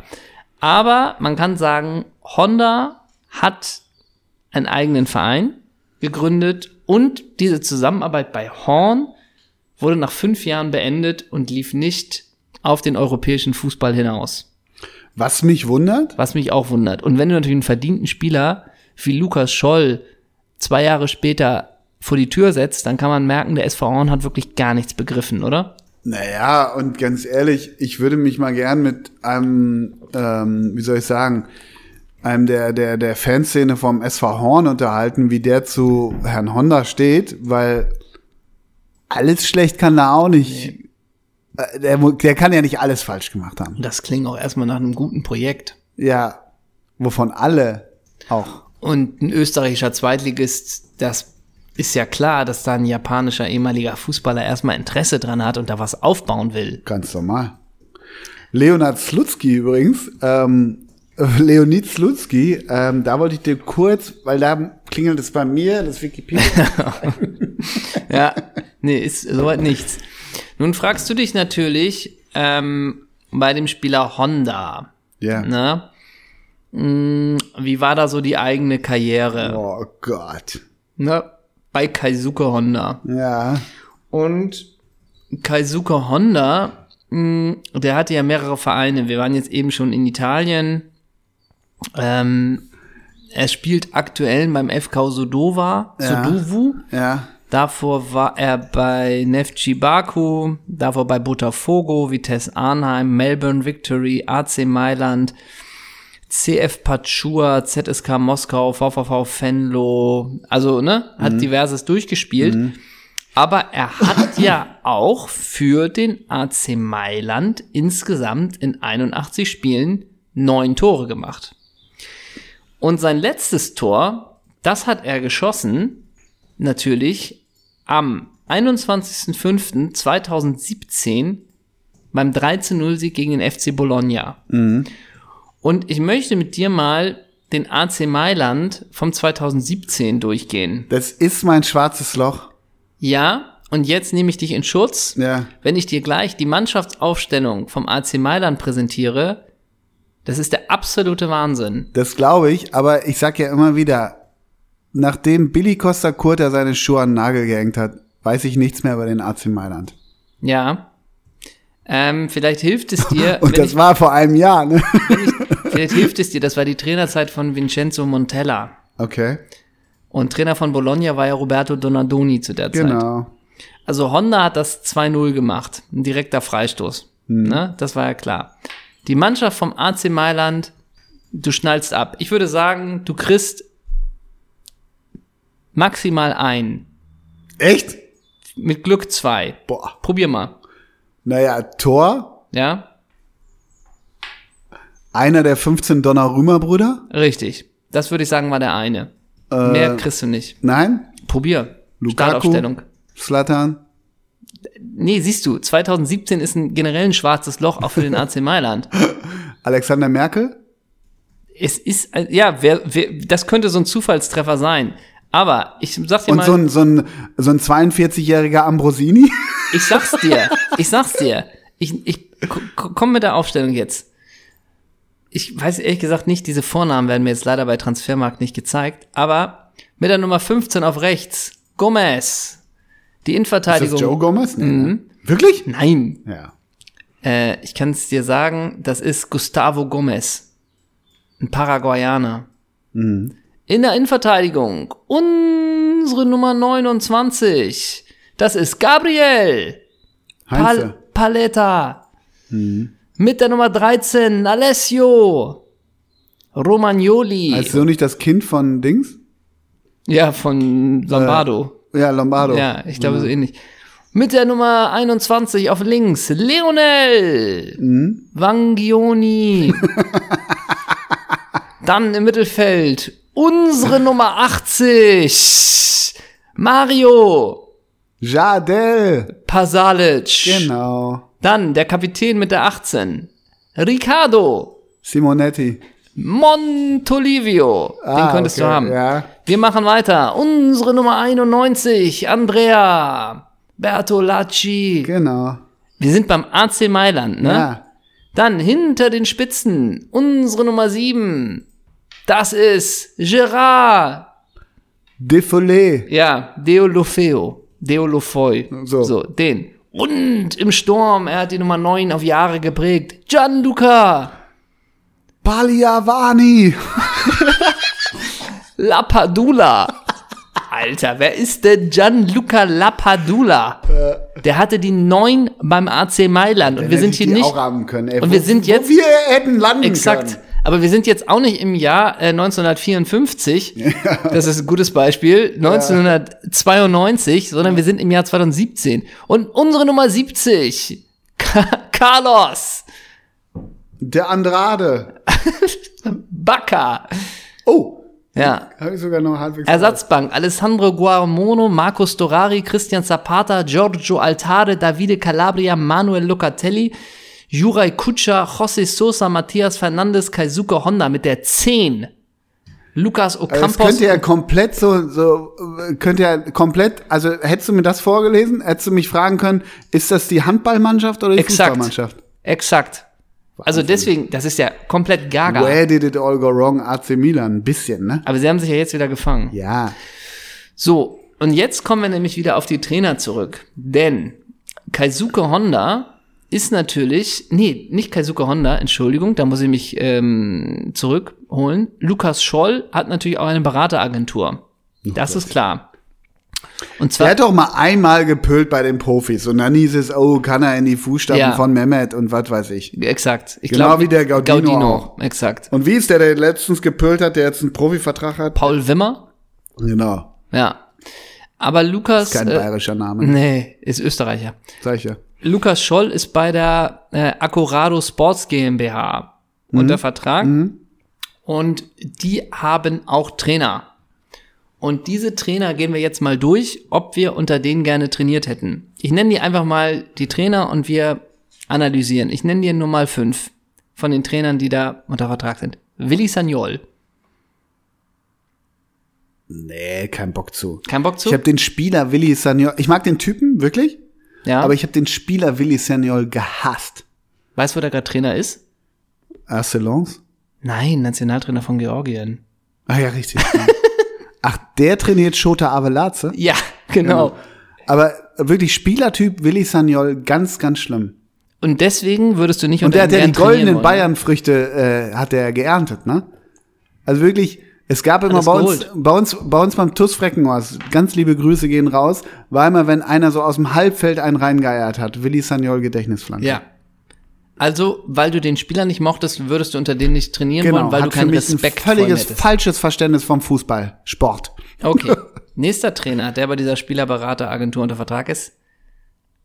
S2: Aber man kann sagen, Honda hat einen eigenen Verein gegründet und diese Zusammenarbeit bei Horn wurde nach fünf Jahren beendet und lief nicht auf den europäischen Fußball hinaus.
S1: Was mich wundert,
S2: Was mich auch wundert. Und wenn du natürlich einen verdienten Spieler wie Lukas Scholl zwei Jahre später vor die Tür setzt, dann kann man merken, der SV Horn hat wirklich gar nichts begriffen, oder?
S1: naja, und ganz ehrlich, ich würde mich mal gern mit einem, ähm, wie soll ich sagen, einem der, der, der Fanszene vom SV Horn unterhalten, wie der zu Herrn Honda steht, weil alles schlecht kann er auch nicht. Äh, Der, mu- der kann ja nicht alles falsch gemacht haben.
S2: Und das klingt auch erstmal nach einem guten Projekt.
S1: Ja, wovon alle auch.
S2: Und ein österreichischer Zweitligist, das ist ja klar, dass da ein japanischer ehemaliger Fußballer erstmal Interesse dran hat und da was aufbauen will.
S1: Ganz normal. Leonard Slutsky übrigens, ähm, Leonid Slutsky, ähm, da wollte ich dir kurz, weil da klingelt es bei mir, das Wikipedia.
S2: Ja, nee, ist soweit nichts. Nun fragst du dich natürlich ähm, bei dem Spieler Honda.
S1: ja.
S2: Ne? Mm, Wie war da so die eigene Karriere?
S1: Oh Gott.
S2: Ne? Bei Kaisuke Honda.
S1: Ja.
S2: Und Kaisuke Honda, mh, der hatte ja mehrere Vereine. Wir waren jetzt eben schon in Italien. Ähm, er spielt aktuell beim FK Sodova,
S1: Ja.
S2: Sodovu.
S1: Ja.
S2: Davor war er bei Nefci Baku, davor bei Botafogo, Vitesse Arnheim, Melbourne Victory, AC Mailand, CF Pachua, ZSK Moskau, VVV Venlo. Also, ne, hat diverses durchgespielt. Aber er hat ja auch für den AC Mailand insgesamt in 81 Spielen neun Tore gemacht. Und sein letztes Tor, das hat er geschossen, natürlich am 21.05.2017 beim 13-0-Sieg gegen den FC Bologna.
S1: Mhm.
S2: Und ich möchte mit dir mal den AC Mailand vom 2017 durchgehen.
S1: Das ist mein schwarzes Loch.
S2: Ja, und jetzt nehme ich dich in Schutz.
S1: Ja.
S2: Wenn ich dir gleich die Mannschaftsaufstellung vom AC Mailand präsentiere, das ist der absolute Wahnsinn.
S1: Das glaube ich, aber ich sag ja immer wieder, nachdem Billy Costa Curta seine Schuhe an den Nagel gehängt hat, weiß ich nichts mehr über den AC Mailand.
S2: Ja. Ähm, vielleicht hilft es dir,
S1: Und
S2: wenn
S1: das war vor einem Jahr, ne?
S2: ich, vielleicht hilft es dir, das war die Trainerzeit von Vincenzo Montella.
S1: Okay,
S2: Und Trainer von Bologna war ja Roberto Donadoni zu der Zeit.
S1: genau.
S2: Also Honda hat das 2-0 gemacht. Ein direkter Freistoß.
S1: Mhm.
S2: Ne? Das war ja klar. Die Mannschaft vom AC Mailand, du schnallst ab. Ich würde sagen, du kriegst maximal ein.
S1: Echt?
S2: Mit Glück zwei.
S1: Boah.
S2: Probier mal.
S1: Naja, Tor,
S2: Ja?
S1: einer der 15 Donnarumma-Brüder?
S2: Richtig. Das würde ich sagen, war der eine.
S1: Äh,
S2: Mehr kriegst du nicht.
S1: Nein?
S2: Probier.
S1: Lukaku,
S2: Startaufstellung.
S1: Slatan.
S2: Nee, siehst du, 2017 ist ein generell ein schwarzes Loch, auch für den AC Mailand.
S1: Alexander Merkel?
S2: Es ist, äh, ja, wer, wer, das könnte so ein Zufallstreffer sein. Aber ich sag dir
S1: Und
S2: mal,
S1: so ein, so ein, so ein 42-jähriger Ambrosini?
S2: ich sag's dir, ich sag's dir. Ich, ich k- k- komm mit der Aufstellung jetzt. Ich weiß ehrlich gesagt nicht, diese Vornamen werden mir jetzt leider bei Transfermarkt nicht gezeigt, aber mit der Nummer 15 auf rechts, Gomez, die
S1: Ist das Joe
S2: Innenverteidigung.
S1: Gomez? Nee,
S2: Mhm.
S1: ne? Wirklich?
S2: Nein,
S1: Ja.
S2: Äh, ich kann es dir sagen, das ist Gustavo Gomez. Ein Paraguayaner. In der Innenverteidigung unsere Nummer 29. Das ist Gabriel Pal
S1: Heinze.
S2: Paletta. Mit der Nummer 13 Alessio Romagnoli.
S1: Heißt so nicht das Kind von Dings?
S2: ja, von Lombardo.
S1: Ja, Lombardo.
S2: Ja, ich glaube so ähnlich. Mit der Nummer 21 auf links, Leonel
S1: Mhm.
S2: Vangioni. Dann im Mittelfeld unsere Nummer 80, Mario
S1: Jadel.
S2: Pasalic.
S1: Genau.
S2: Dann der Kapitän mit der 18, Ricardo
S1: Simonetti.
S2: Montolivio. Den
S1: Ah,
S2: könntest
S1: okay,
S2: du haben.
S1: Ja.
S2: Wir machen weiter. Unsere Nummer 91, Andrea Bertolacci.
S1: Genau.
S2: Wir sind beim AC Mailand, ne?
S1: Ja.
S2: Dann hinter den Spitzen, unsere Nummer 7. Das ist Gerard.
S1: Defolé.
S2: Ja, Deolofeo. Deolofoy.
S1: So.
S2: so, den. Und im Sturm, er hat die Nummer 9 auf Jahre geprägt. Gianluca
S1: Paliavani.
S2: Lapadula. Alter, wer ist denn Gianluca Lapadula? Der hatte die 9 beim AC Mailand. Und wir sind hier
S1: Äh. die
S2: nicht.
S1: Auch haben können, ey.
S2: Und
S1: Wo-
S2: wir sind jetzt-
S1: Wo wir hätten landen
S2: Exakt.
S1: können.
S2: Aber wir sind jetzt auch nicht im Jahr äh, 1954. Das ist ein gutes Beispiel. 1992, sondern wir sind im Jahr 2017. Und unsere Nummer 70. Ka Carlos
S1: Der Andrade.
S2: Bacca.
S1: Oh.
S2: Ja.
S1: Habe ich sogar noch halbwegs.
S2: Ersatzbank. Alessandro Guarmono, Marcus Dorari, Christian Zapata, Giorgio Altare, Davide Calabria, Manuel Locatelli, Juraj Kutscher, José Sosa, Matthias Fernandes, Kaisuke Honda mit der 10. Lukas
S1: das
S2: Ocampos.
S1: Also könnte ja komplett so, so, äh, könnte ja komplett, also hättest du mir das vorgelesen, hättest du mich fragen können, ist das die Handballmannschaft oder die
S2: Exakt.
S1: Fußballmannschaft?
S2: Exakt. Also deswegen, das ist ja komplett gaga.
S1: Where did it all go wrong? AC Milan, ein bisschen, ne?
S2: Aber sie haben sich ja jetzt wieder gefangen.
S1: Ja.
S2: So, und jetzt kommen wir nämlich wieder auf die Trainer zurück. Denn Kaisuke Honda ist natürlich, nee, nicht Kaisuke Honda, Entschuldigung, da muss ich mich ähm, zurückholen. Lukas Scholl hat natürlich auch eine Berateragentur. Das ist klar. Und
S1: Der
S2: zwar,
S1: hat doch mal einmal gepölt bei den Profis und dann hieß es, oh, kann er in die Fußstapfen
S2: Ja.
S1: von Mehmet und was weiß ich.
S2: exakt. Ich
S1: Genau
S2: glaub,
S1: wie der Gaudino auch.
S2: Exakt.
S1: Und wie ist der, der letztens gepölt hat, der jetzt einen Profivertrag hat?
S2: Paul Wimmer,
S1: Genau.
S2: ja. Aber Lukas,
S1: Kein ne?
S2: äh,
S1: bayerischer Name.
S2: nee, ist Österreicher.
S1: Sag ich ja.
S2: Lukas Scholl ist bei der äh, Accorado Sports GmbH
S1: Mhm.
S2: unter Vertrag und die haben auch Trainer. Und diese Trainer gehen wir jetzt mal durch, ob wir unter denen gerne trainiert hätten. Ich nenne die einfach mal die Trainer und wir analysieren. Ich nenne dir nur mal fünf von den Trainern, die da unter Vertrag sind. Willi Sagnol.
S1: Nee, kein Bock zu.
S2: Kein Bock zu?
S1: Ich habe den Spieler Willi Saniol. Ich mag den Typen, wirklich.
S2: ja.
S1: Aber ich habe den Spieler Willi Saniol gehasst.
S2: weißt du, wo der gerade Trainer ist?
S1: Arcelons?
S2: Nein, Nationaltrainer von Georgien.
S1: Ah ja, richtig. Ach, der trainiert Shota Avelaze?
S2: Ja, genau.
S1: Aber wirklich Spielertyp Willi Saniol, ganz, ganz schlimm.
S2: Und deswegen würdest du nicht
S1: Und der hat ja die
S2: gern trainieren
S1: goldenen
S2: wollen. ne?
S1: Bayernfrüchte äh, hat er geerntet, ne? Also wirklich, es gab immer
S2: Alles
S1: bei uns,
S2: geholt.
S1: bei uns, bei uns beim TUS Freckenhorst, ganz liebe Grüße gehen raus, war immer, wenn einer so aus dem Halbfeld einen reingeeiert hat, Willi Saniol Gedächtnisflanke.
S2: Ja. Also, weil du den Spieler nicht mochtest, würdest du unter denen nicht trainieren wollen, Genau, weil du
S1: Genau, hat für
S2: keinen
S1: mich
S2: Respekt
S1: ein
S2: vor ihm
S1: völliges
S2: hättest.
S1: falsches Verständnis vom Fußball, Sport.
S2: Okay. Nächster Trainer, der bei dieser Spielerberateragentur unter Vertrag ist,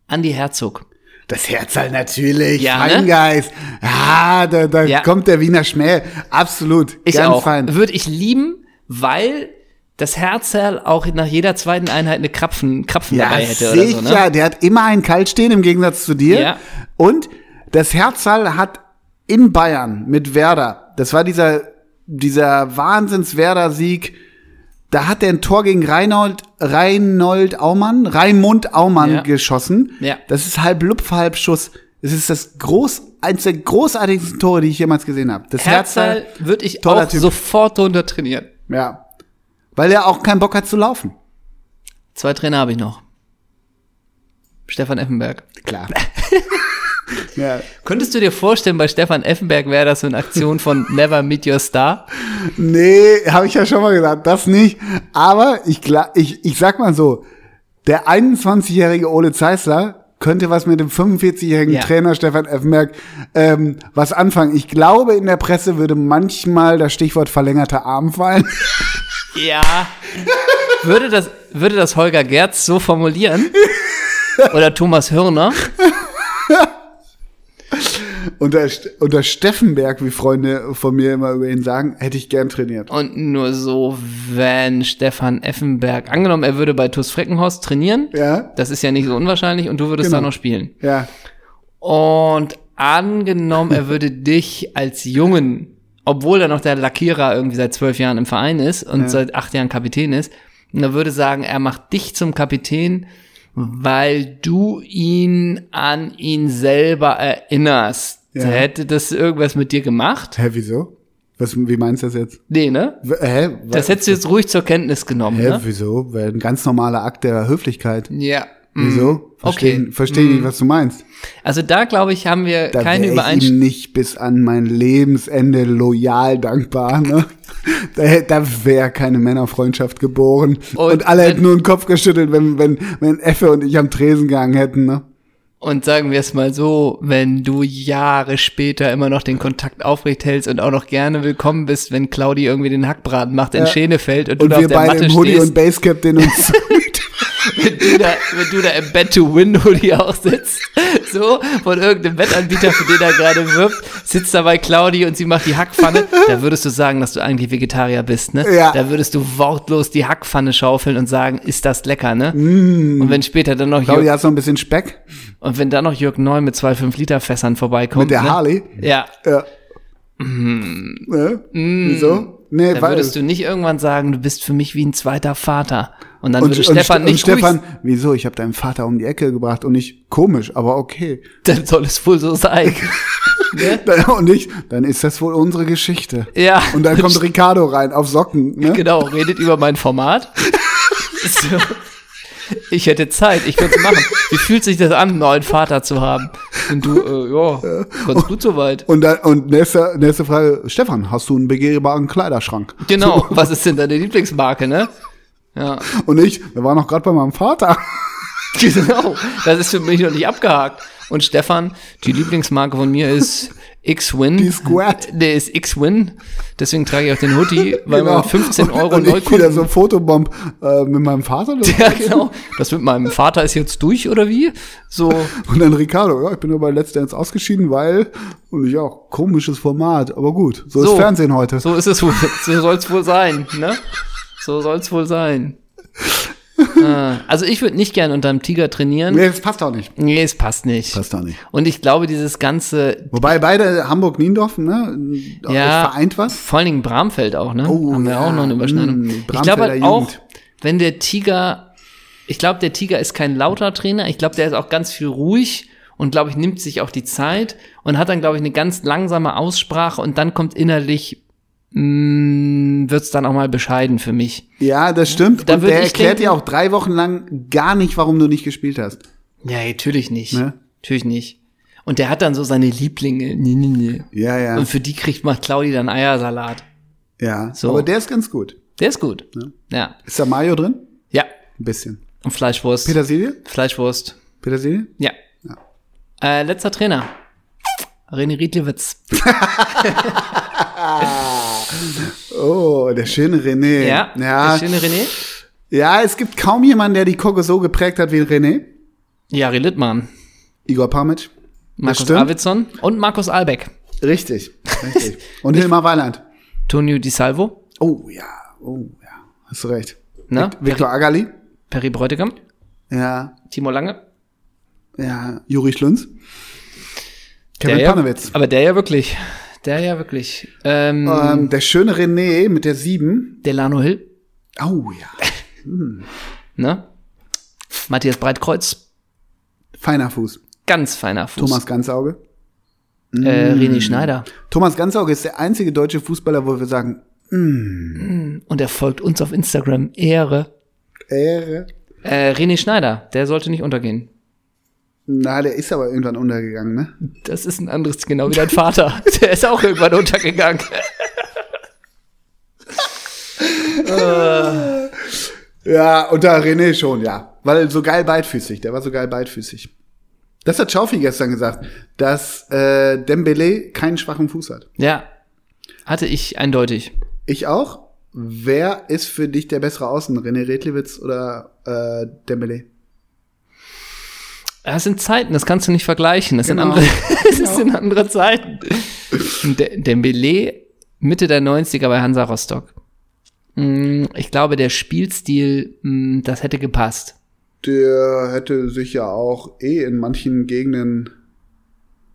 S2: Andy Herzog.
S1: Das Herzal natürlich,
S2: Ja, ne?
S1: Feingeist. Ah, da, da
S2: Ja.
S1: kommt der Wiener Schmäh. Absolut,
S2: Ich
S1: ganz
S2: auch.
S1: fein.
S2: Würde ich lieben, weil das Herzerl auch nach jeder zweiten Einheit eine Krapfen, Krapfen
S1: Ja,
S2: dabei hätte
S1: sicher,
S2: oder so, ne?
S1: der hat immer einen Kalt stehen im Gegensatz zu dir.
S2: Ja.
S1: Und das Herzal hat in Bayern mit Werder, das war dieser, dieser Wahnsinns-Werder-Sieg, da hat er ein Tor gegen Reinhold, Reinhold Aumann, Raimund Aumann
S2: Ja.
S1: geschossen.
S2: Ja.
S1: Das ist halb Lupf, halb Schuss. Es ist das groß, eins der großartigsten Tore, die ich jemals gesehen habe. Das
S2: Herzerl würde ich
S1: toller
S2: auch
S1: Typ.
S2: sofort drunter trainieren.
S1: ja. Weil er auch keinen Bock hat zu laufen.
S2: Zwei Trainer habe ich noch. Stefan Effenberg.
S1: Klar. ja.
S2: Könntest du dir vorstellen, bei Stefan Effenberg wäre das so eine Aktion von Never Meet Your Star?
S1: Nee, habe ich ja schon mal gesagt, das nicht. Aber ich, gla- ich, ich sag mal so, der 21-jährige Ole Zeissler könnte was mit dem 45-jährigen
S2: Ja.
S1: Trainer Stefan Effenberg ähm, was anfangen. Ich glaube, in der Presse würde manchmal das Stichwort verlängerter Arm fallen.
S2: Ja. würde, das, würde das Holger Gerz so formulieren? Oder Thomas Hörner?
S1: Unter, St- unter Steffenberg, wie Freunde von mir immer über ihn sagen, hätte ich gern trainiert.
S2: Und nur so, wenn Stefan Effenberg, angenommen, er würde bei TuS Freckenhorst trainieren.
S1: Ja,
S2: Das ist ja nicht so unwahrscheinlich und du würdest
S1: Genau.
S2: da noch spielen.
S1: ja.
S2: Und angenommen, er würde dich als Jungen, obwohl er noch der Lackierer irgendwie seit zwölf Jahren im Verein ist und seit acht Jahren Kapitän ist, und er würde sagen, er macht dich zum Kapitän, weil du ihn an ihn selber erinnerst.
S1: Ja.
S2: Hätte das irgendwas mit dir gemacht?
S1: Hä, wieso? Was, wie meinst du das jetzt?
S2: Nee, ne?
S1: W- Hä? wa-
S2: Das hättest du jetzt ruhig zur Kenntnis genommen,
S1: Hä,
S2: ne?
S1: wieso? Wäre ein ganz normaler Akt der Höflichkeit.
S2: Ja. mm.
S1: Wieso? Verstehe
S2: Okay.
S1: versteh nicht, was du meinst.
S2: Also da, glaube ich, haben wir
S1: Da
S2: keine
S1: wäre ich
S2: Übereinstimmung.
S1: ihm nicht bis an mein Lebensende loyal dankbar. Ne? Da, da wäre keine Männerfreundschaft geboren. Und, alle
S2: wenn-
S1: hätten nur den Kopf geschüttelt, wenn, wenn, wenn Effe und ich am Tresen gehangen hätten. Ne?
S2: Und sagen wir es mal so, wenn du Jahre später immer noch den Kontakt aufrecht hältst und auch noch gerne willkommen bist, wenn Claudi irgendwie den Hackbraten macht in
S1: Ja.
S2: Schenefeld und,
S1: Und
S2: du da auf
S1: wir
S2: der
S1: beide
S2: Matte
S1: im Hoodie und
S2: stehst,
S1: Basecap den uns.
S2: wenn du, da, wenn du da im Bed-to-Win-Hoodie auch sitzt, so, von irgendeinem Wettanbieter, für den er gerade wirbt, sitzt da bei Claudi und sie macht die Hackpfanne, da würdest du sagen, dass du eigentlich Vegetarier bist, ne?
S1: Ja.
S2: Da würdest du wortlos die Hackpfanne schaufeln und sagen, ist das lecker, ne? Und wenn später dann noch
S1: Mm. Claudia
S2: Jörg,
S1: hat noch ein bisschen Speck
S2: und wenn dann noch Jörg Neu mit zwei Mhm. ne? 5-Liter-Fässern vorbeikommt,
S1: mit der
S2: ne?
S1: Harley.
S2: Ja,
S1: Ja. Ne? Wieso? Nee,
S2: Da
S1: weil-
S2: Mhm. würdest du nicht irgendwann sagen, du bist für mich wie ein zweiter Vater. Und dann
S1: und,
S2: würde
S1: und,
S2: Stefan
S1: Ste-
S2: nicht
S1: und
S2: ruhig
S1: Stefan, wieso? Ich habe deinen Vater um die Ecke gebracht und ich, komisch, aber okay.
S2: Dann soll es wohl so sein. ne?
S1: Und ich, dann ist das wohl unsere Geschichte.
S2: Ja.
S1: Und dann kommt Ricardo rein auf Socken. Ne?
S2: Genau, redet über mein Format. so. Ich hätte Zeit, ich könnte machen. Wie fühlt sich das an, einen neuen Vater zu haben? Und du, äh, ja, ganz gut soweit.
S1: Und dann, und nächste, nächste Frage, Stefan, hast du einen begehbaren Kleiderschrank?
S2: Genau, was ist denn deine Lieblingsmarke, ne? Ja,
S1: Und ich, wir waren noch gerade bei meinem Vater.
S2: genau. Das ist für mich noch nicht abgehakt. Und Stefan, die Lieblingsmarke von mir ist X-Win.
S1: Die Squad.
S2: Der ist X-Win. Deswegen trage ich auch den Hoodie, weil man mit 15 Euro
S1: Genau. und, und ich wieder
S2: Neukunden
S1: so Fotobomb äh, mit meinem Vater.
S2: Ja, genau. Das mit meinem Vater ist jetzt durch, oder wie? So,
S1: Und dann Ricardo, ja, ich bin nur bei Let's Dance ausgeschieden, weil, und ich auch, komisches Format, aber gut, so,
S2: So.
S1: ist Fernsehen heute.
S2: so ist es wohl. So soll's wohl sein, ne? So soll's wohl sein. Ah, Also ich würde nicht gern unterm Tiger trainieren.
S1: Nee, das passt auch nicht.
S2: Nee, es passt nicht.
S1: Passt auch nicht.
S2: Und ich glaube, dieses ganze,
S1: Wobei beide Hamburg-Niendorf, ne,
S2: Ja.
S1: vereint was.
S2: vor allen Dingen Bramfeld auch, ne?
S1: Oh,
S2: Haben wir
S1: ja,
S2: auch noch eine Überschneidung.
S1: mm,
S2: ich glaube halt
S1: Bramfelder
S2: auch,
S1: Jugend.
S2: wenn der Tiger, ich glaube, der Tiger ist kein lauter Trainer. Ich glaube, der ist auch ganz viel ruhig und glaube ich nimmt sich auch die Zeit und hat dann glaube ich eine ganz langsame Aussprache und dann kommt innerlich mm, wird's dann auch mal bescheiden für mich.
S1: Ja, das stimmt.
S2: Da
S1: und
S2: würd
S1: der
S2: ich
S1: erklärt
S2: denken-
S1: dir auch drei Wochen lang gar nicht, warum du nicht gespielt hast.
S2: Ja, natürlich nicht.
S1: Ne?
S2: Natürlich nicht. Und der hat dann so seine Lieblinge. Nee, nee, nee.
S1: Ja, ja.
S2: Und für die kriegt mal Claudi dann Eiersalat.
S1: Ja,
S2: So.
S1: aber der ist ganz gut.
S2: Der ist gut. Ja.
S1: Ist da Mayo drin?
S2: Ja.
S1: Ein bisschen.
S2: Und Fleischwurst.
S1: Petersilie?
S2: Fleischwurst.
S1: Petersilie?
S2: Ja. Äh, letzter Trainer. René Riedlewitz.
S1: Oh, der schöne René.
S2: Ja.
S1: ja.
S2: Der schöne René.
S1: Ja, es gibt kaum jemanden, der die Kogge so geprägt hat wie René.
S2: Jari Littmann.
S1: Igor Pamitsch.
S2: Markus
S1: stimmt.
S2: Arvidsson und Markus Albeck.
S1: Richtig. Richtig. Und Hilmar Weiland.
S2: Tonio Di Salvo.
S1: Oh ja, oh ja. Hast du recht.
S2: Ne?
S1: Viktor Agali.
S2: Peri Bräutigam.
S1: Ja,
S2: Timo Lange.
S1: ja. Juri Schlünz. Kevin
S2: der
S1: Panewitz.
S2: Ja, aber der ja wirklich. Der ja wirklich. Ähm,
S1: Ähm, der schöne René mit der 7.
S2: Delano Hill.
S1: Oh ja.
S2: Ne? Matthias Breitkreuz,
S1: Feiner Fuß.
S2: ganz feiner Fuß.
S1: Thomas Mm. Ganzauge.
S2: Äh, René Schneider.
S1: Thomas Ganzauge ist der einzige deutsche Fußballer, wo wir sagen,
S2: Und er folgt uns auf Instagram. Ehre.
S1: Ehre.
S2: Äh, René Schneider, der sollte nicht untergehen.
S1: Na, der ist aber irgendwann untergegangen, ne?
S2: Das ist ein anderes, genau wie dein Vater. Der ist auch irgendwann untergegangen.
S1: Ja, und da René schon, ja. Weil so geil beidfüßig, der war so geil beidfüßig. Das hat Schaufi gestern gesagt, dass äh, Dembele keinen schwachen Fuß hat.
S2: Ja. Hatte ich eindeutig.
S1: Ich auch. Wer ist für dich der bessere Außen, René Redlewitz oder äh, Dembele?
S2: Das sind Zeiten, das kannst du nicht vergleichen. Das
S1: Genau.
S2: sind andere, das sind andere Zeiten. De- Dembele, Mitte der 90er bei Hansa Rostock. Mm, Ich glaube, der Spielstil, mm, das hätte gepasst.
S1: Der hätte sich ja auch eh in manchen Gegenden.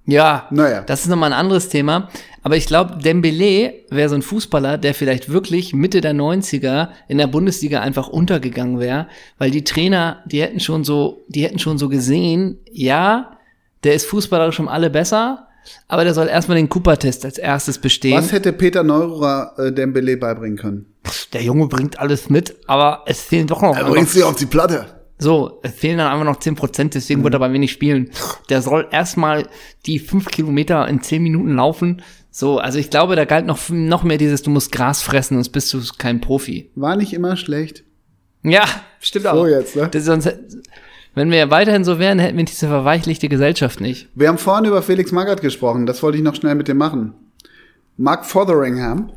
S2: Ja.
S1: Naja.
S2: Das ist nochmal ein anderes Thema. Aber ich glaube, Dembele wäre so ein Fußballer, der vielleicht wirklich Mitte der 90er in der Bundesliga einfach untergegangen wäre, weil die Trainer, die hätten schon so, die hätten schon so gesehen, ja, der ist fußballerisch um alle besser, aber der soll erstmal den Cooper-Test als erstes bestehen.
S1: Was hätte Peter Neururer äh, Dembele beibringen können?
S2: Der Junge bringt alles mit, aber es fehlen doch noch. einfach-
S1: sie auf die Platte.
S2: So, es fehlen dann einfach noch 10%, deswegen
S1: Mhm.
S2: wird er bei mir nicht spielen. Der soll erstmal die 5 Kilometer in 10 Minuten laufen. So, also ich glaube, da galt noch, noch mehr dieses, du musst Gras fressen, sonst bist du kein Profi.
S1: War nicht immer schlecht.
S2: Ja, stimmt auch.
S1: So jetzt, ne?
S2: Das, sonst, wenn wir weiterhin so wären, hätten wir diese verweichlichte Gesellschaft nicht.
S1: Wir haben vorhin über Felix Magath gesprochen, das wollte ich noch schnell mit dem machen. Mark Fotheringham,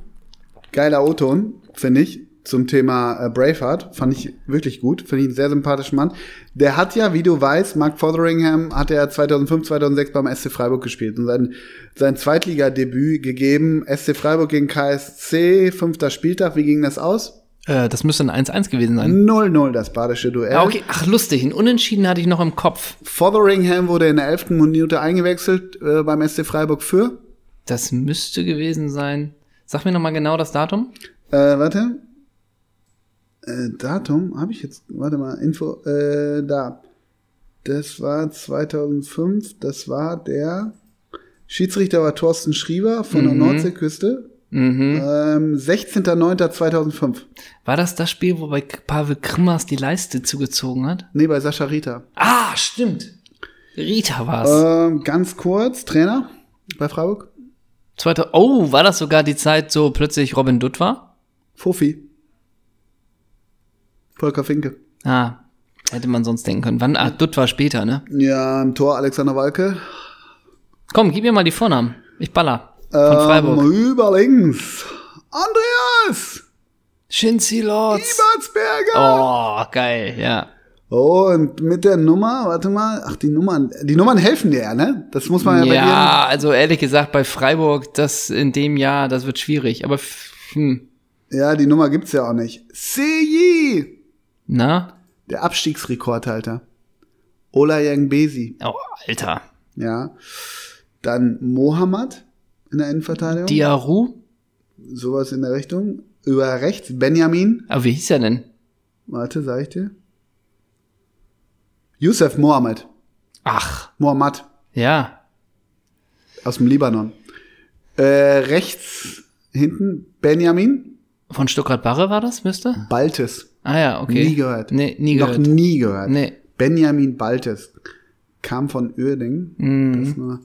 S1: geiler O-Ton, finde ich, zum Thema äh, Braveheart, fand ich wirklich gut, finde ich einen sehr sympathischen Mann. Der hat ja, wie du weißt, Mark Fotheringham hat er 2005, 2006 beim SC Freiburg gespielt und sein, sein Zweitligadebüt gegeben, SC Freiburg gegen KSC, fünfter Spieltag, wie ging das aus?
S2: Äh, das müsste ein 1-1 gewesen sein.
S1: 0-0 das badische Duell.
S2: Ja, okay. Ach, lustig, ein Unentschieden hatte ich noch im Kopf.
S1: Fotheringham wurde in der elften Minute eingewechselt äh, beim SC Freiburg für
S2: Das müsste gewesen sein. Sag mir nochmal genau das Datum.
S1: Äh, warte. Äh, Datum habe ich jetzt. Warte mal, Info. Äh, da. Das war 2005. Das war der Schiedsrichter war Thorsten Schrieber von der
S2: Mhm.
S1: Nordseeküste.
S2: Mhm.
S1: Ähm, 16.09.2005.
S2: War das das Spiel, wobei K- Pavel Krimmers die Leiste zugezogen hat?
S1: Nee, bei Sascha Rita.
S2: Ah, stimmt. Rita war's.
S1: Ähm, ganz kurz, Trainer bei Freiburg.
S2: Zweite. Oh, war das sogar die Zeit, so plötzlich Robin Dutt war?
S1: Fofi. Volker Finke.
S2: Ah, hätte man sonst denken können. Wann? Ah, Dutt war später, ne?
S1: Ja, im Tor Alexander Walke.
S2: Komm, gib mir mal die Vornamen. Ich baller. Von
S1: Ähm,
S2: Freiburg.
S1: Über links. Andreas
S2: Shinzi Lords.
S1: Ibertsberger.
S2: Oh, geil, ja.
S1: Oh, Und mit der Nummer, warte mal, ach, die Nummern, die Nummern helfen dir ja, ne? Das muss man ja, bei
S2: Ja, also ehrlich gesagt, bei Freiburg, das in dem Jahr, das wird schwierig. Aber, f- hm,
S1: dir. Ja, die Nummer gibt's ja auch nicht. Seyi,
S2: na?
S1: der Abstiegsrekordhalter. Ola Yangbesi,
S2: Oh, Alter.
S1: ja. Dann Mohammed in der Innenverteidigung.
S2: Diaru?
S1: Sowas in der Richtung. Über rechts Benjamin,
S2: Aber Ah, wie hieß er denn?
S1: warte, sag ich dir. Youssef Mohammed.
S2: Ach,
S1: Mohammed.
S2: ja.
S1: aus dem Libanon. Äh, rechts hinten Benjamin
S2: Von Stuttgart-Barre war das, müsste?
S1: Baltes.
S2: Ah ja, okay.
S1: Nie gehört.
S2: Nee, nie
S1: Noch
S2: gehört.
S1: nie gehört.
S2: Nee.
S1: Benjamin Baltes kam von Uerdingen.
S2: Mhm. Hm,
S1: Das nur.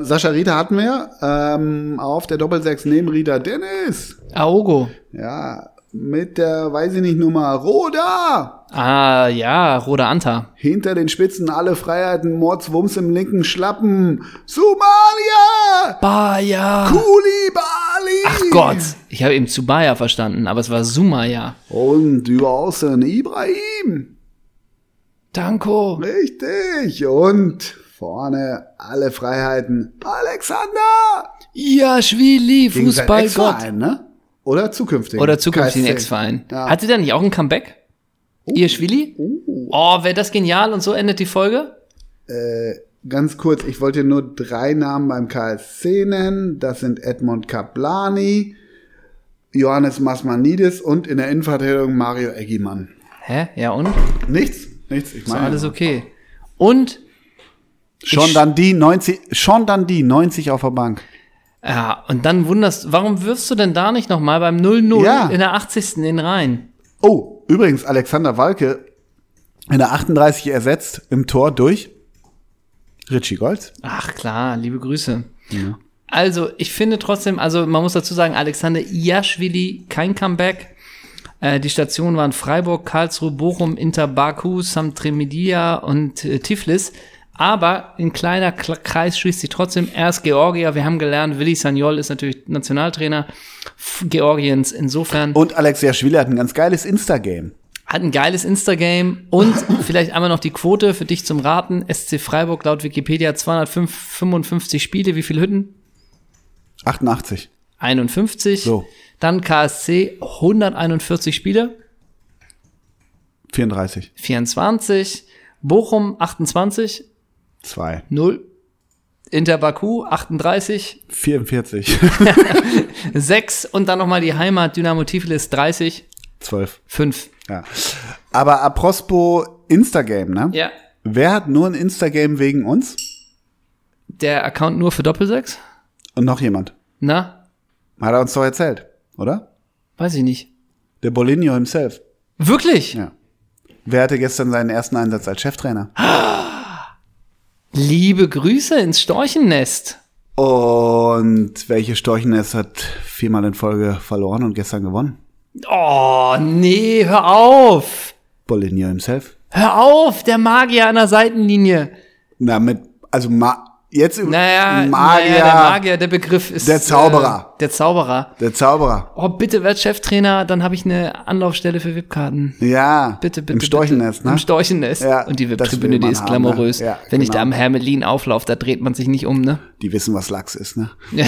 S1: Ähm, Sascha Rita hatten wir. Ähm, auf der Doppelsechs neben Rita Dennis.
S2: Aogo.
S1: Ja, mit der, weiß ich nicht, Nummer Roda.
S2: Ah, ja, Roda Anta.
S1: Hinter den Spitzen alle Freiheiten, Mordswumms im linken Schlappen. Somalia!
S2: Baya.
S1: Kulibali!
S2: Ach Gott, ich habe eben Zubaya verstanden, aber es war Sumaya.
S1: Und überaus ein Ibrahim.
S2: Danko.
S1: Richtig. Und vorne alle Freiheiten. Alexander!
S2: Iaschwili,
S1: Gegen seinen
S2: Fußballgott.
S1: Ex-Verein, ne? Oder zukünftig.
S2: Oder zukünftigen Ex-Verein.
S1: Ja.
S2: Hatte der nicht auch ein Comeback? Iaschwili? Oh, wäre das genial und so endet die Folge?
S1: Äh, Ganz kurz, ich wollte nur drei Namen beim KSC nennen. Das sind Edmond Kaplani, Johannes Masmanidis und in der Innenverteidigung Mario Eggimann.
S2: Hä? Ja und?
S1: Nichts? Nichts, ich
S2: Ist
S1: meine.
S2: alles okay. Und,
S1: Sean Dundee, 90, Sean Dundee, 90 auf der Bank.
S2: ja, und dann wunderst, warum wirfst du denn da nicht nochmal beim 0-0
S1: Ja.
S2: in der 80. den rein?
S1: Oh, übrigens, Alexander Walke in der 38 ersetzt im Tor durch Richie Golds.
S2: Ach klar, liebe Grüße. Also, ich finde trotzdem, also man muss dazu sagen, Alexander Iaschwili, kein Comeback. Äh, die Stationen waren Freiburg, Karlsruhe, Bochum, Inter Baku, Samtremidia und äh, Tiflis. Aber ein kleiner Kla- Kreis schließt sich trotzdem. Erst Georgier, wir haben gelernt, Willi Sagnol ist natürlich Nationaltrainer F- Georgiens. Insofern
S1: Und Alexia Schwille hat ein ganz geiles Insta-Game.
S2: hat ein geiles Instagame und vielleicht einmal noch die Quote für dich zum Raten. SC Freiburg laut Wikipedia 255 Spiele, wie viele Hütten?
S1: 88.
S2: 51.
S1: So.
S2: Dann KSC 141 Spiele,
S1: 34.
S2: 24. Bochum 28,
S1: 2.
S2: 0. Inter Baku 38,
S1: 44.
S2: 6. Und dann nochmal die Heimat Dynamo Tiflis 30,
S1: 12.
S2: 5.
S1: Ja. Aber apropos Insta-Game, ne?
S2: Ja.
S1: Wer hat nur ein Insta-Game wegen uns?
S2: Der Account nur für Doppelsechs?
S1: Und noch jemand.
S2: Na,
S1: Hat er uns doch erzählt, oder?
S2: weiß ich nicht.
S1: Der Bolinio himself.
S2: Wirklich?
S1: Ja. Wer hatte gestern seinen ersten Einsatz als Cheftrainer?
S2: Liebe Grüße ins Storchennest.
S1: Und welche Storchenes hat viermal in Folge verloren und gestern gewonnen?
S2: Oh, nee, hör auf.
S1: Bolinio himself.
S2: Hör auf, der Magier an der Seitenlinie.
S1: Na, mit, also ma, jetzt im-
S2: Naja,
S1: Magier,
S2: naja, der Magier, der Begriff ist.
S1: Der Zauberer.
S2: Äh, der Zauberer.
S1: der Zauberer.
S2: Oh, bitte werd Cheftrainer, dann habe ich eine Anlaufstelle für VIP-Karten.
S1: Ja,
S2: Bitte, bitte.
S1: im Storchennest,
S2: bitte.
S1: ne?
S2: Im Storchennest.
S1: Ja,
S2: Und die
S1: das
S2: VIP-Tribüne,
S1: will
S2: die
S1: man
S2: ist
S1: haben, ne?
S2: glamourös.
S1: Ja,
S2: Wenn ich da am
S1: genau.
S2: Hermelin auflaufe, da dreht man sich nicht um, ne?
S1: die wissen, was Lachs ist, ne?
S2: Ja.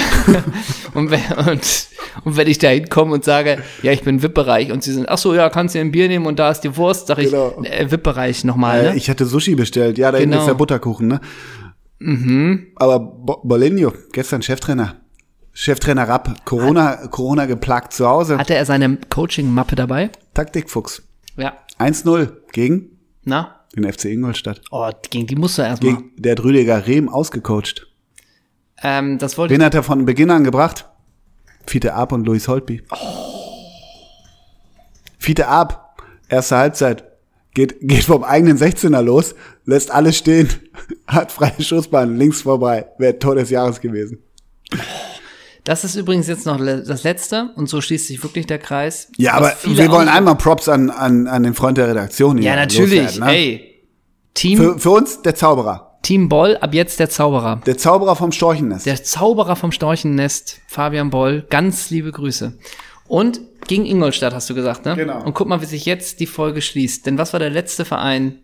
S2: und, wenn, und, und wenn ich da hinkomme und sage, ja, ich bin VIP-Bereich und sie sind, ach so, ja, kannst dir ein Bier nehmen und da ist die Wurst, sag ich,
S1: Genau.
S2: äh, VIP-Bereich nochmal, ne?
S1: Äh, ich hatte Sushi bestellt. Ja, da hinten
S2: Genau.
S1: ist der Butterkuchen, ne? Mhm. Aber Bo Bolinio, gestern Cheftrainer. Cheftrainer Rapp, Corona, Corona geplagt zu Hause.
S2: Hatte er seine Coaching-Mappe dabei?
S1: Taktikfuchs.
S2: Ja.
S1: 1-0 gegen
S2: Na?
S1: den FC Ingolstadt.
S2: Oh, gegen die musst du erstmal.
S1: Gegen, der hat Rüdiger Rehm ausgecoacht.
S2: Ähm, das wollte ich.
S1: Wen hat er von Beginn an gebracht? Fiete Ab und Luis Holtby. Fiete Ab, erste Halbzeit, geht, geht vom eigenen 16er los, lässt alles stehen, hat freie Schussbahn, links vorbei. Wäre Tor des Jahres gewesen.
S2: Das ist übrigens jetzt noch le- das letzte und so schließt sich wirklich der Kreis.
S1: Ja,
S2: Was
S1: aber
S2: viele
S1: wir wollen
S2: auch-
S1: einmal Props an, an, an den Freund der Redaktion hier
S2: Ja, natürlich.
S1: loswerden, ne?
S2: Ey. Team,
S1: Für, für uns der Zauberer.
S2: Team Boll, ab jetzt der Zauberer.
S1: Der Zauberer vom Storchennest.
S2: Der Zauberer vom Storchennest, Fabian Boll, ganz liebe Grüße. Und gegen Ingolstadt hast du gesagt, ne?
S1: Genau.
S2: Und guck mal, wie sich jetzt die Folge schließt. Denn was war der letzte Verein?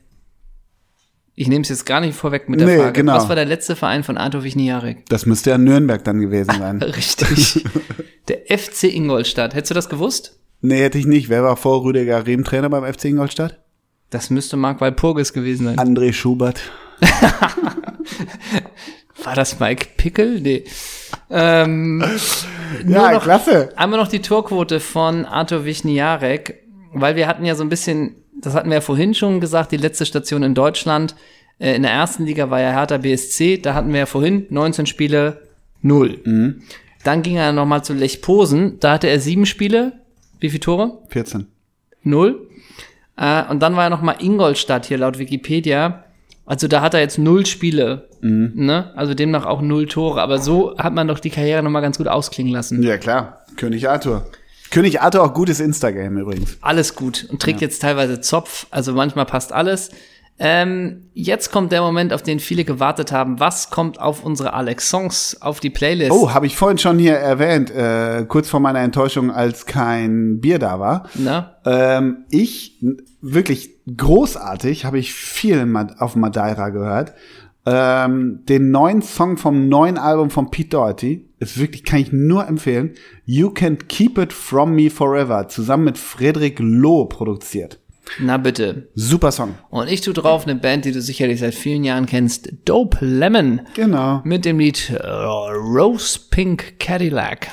S2: Ich nehme es jetzt gar nicht vorweg mit der
S1: Nee,
S2: Frage.
S1: genau.
S2: Was war der letzte Verein von Arthur Wichniarek?
S1: Das müsste ja Nürnberg dann gewesen sein.
S2: Richtig. der FC Ingolstadt. Hättest du das gewusst?
S1: nee, hätte ich nicht. Wer war vor Rüdiger Rehm Trainer beim FC Ingolstadt?
S2: Das müsste Mark Walpurgis gewesen sein.
S1: André Schubert.
S2: War das Mike Pickel? Nee. Ähm,
S1: Ja,
S2: noch-
S1: klasse.
S2: Einmal noch die Torquote von Arthur Wichniarek, weil wir hatten ja so ein bisschen, das hatten wir ja vorhin schon gesagt, die letzte Station in Deutschland. Äh, In der ersten Liga war ja Hertha BSC, da hatten wir ja vorhin 19 Spiele, null. Dann ging er nochmal zu Lech Posen, da hatte er sieben Spiele, wie viele Tore?
S1: 14.
S2: Null. Äh, und dann war ja nochmal Ingolstadt hier laut Wikipedia. Also da hat er jetzt null Spiele,
S1: Mhm.
S2: ne? Also demnach auch null Tore. Aber so hat man doch die Karriere nochmal ganz gut ausklingen lassen.
S1: Ja, klar. König Arthur. König Arthur auch gutes Instagame übrigens.
S2: alles gut und trägt jetzt teilweise Zopf, also manchmal passt alles. Ähm, jetzt kommt der Moment, auf den viele gewartet haben. Was kommt auf unsere Alex-Songs auf die Playlist?
S1: Oh, habe ich vorhin schon hier erwähnt, äh, kurz vor meiner Enttäuschung, als kein Bier da war.
S2: Na?
S1: Ähm, ich, n- wirklich großartig, habe ich viel Ma- auf Madeira gehört. Ähm, den neuen Song vom neuen Album von Pete Doherty, ist wirklich, kann ich nur empfehlen. You Can Keep It From Me Forever, zusammen mit Frederik Loh produziert.
S2: Na bitte.
S1: Super Song.
S2: Und ich tu drauf eine Band, die du sicherlich seit vielen Jahren kennst, Dope Lemon,
S1: Genau.
S2: mit dem Lied äh, Rose Pink Cadillac.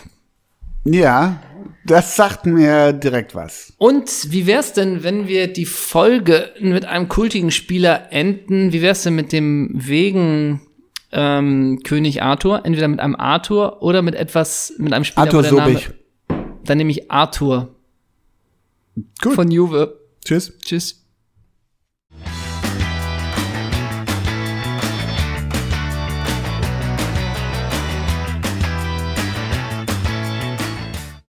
S1: Ja, das sagt mir direkt was.
S2: Und wie wär's denn, wenn wir die Folge mit einem kultigen Spieler enden? Wie wär's denn mit dem wegen ähm, König Arthur? Entweder mit einem Arthur oder mit etwas, mit einem Spieler.
S1: Arthur
S2: wo der Name-
S1: Sobich.
S2: Dann nehme ich Arthur
S1: Gut.
S2: von Juve.
S1: Tschüss.
S2: Tschüss.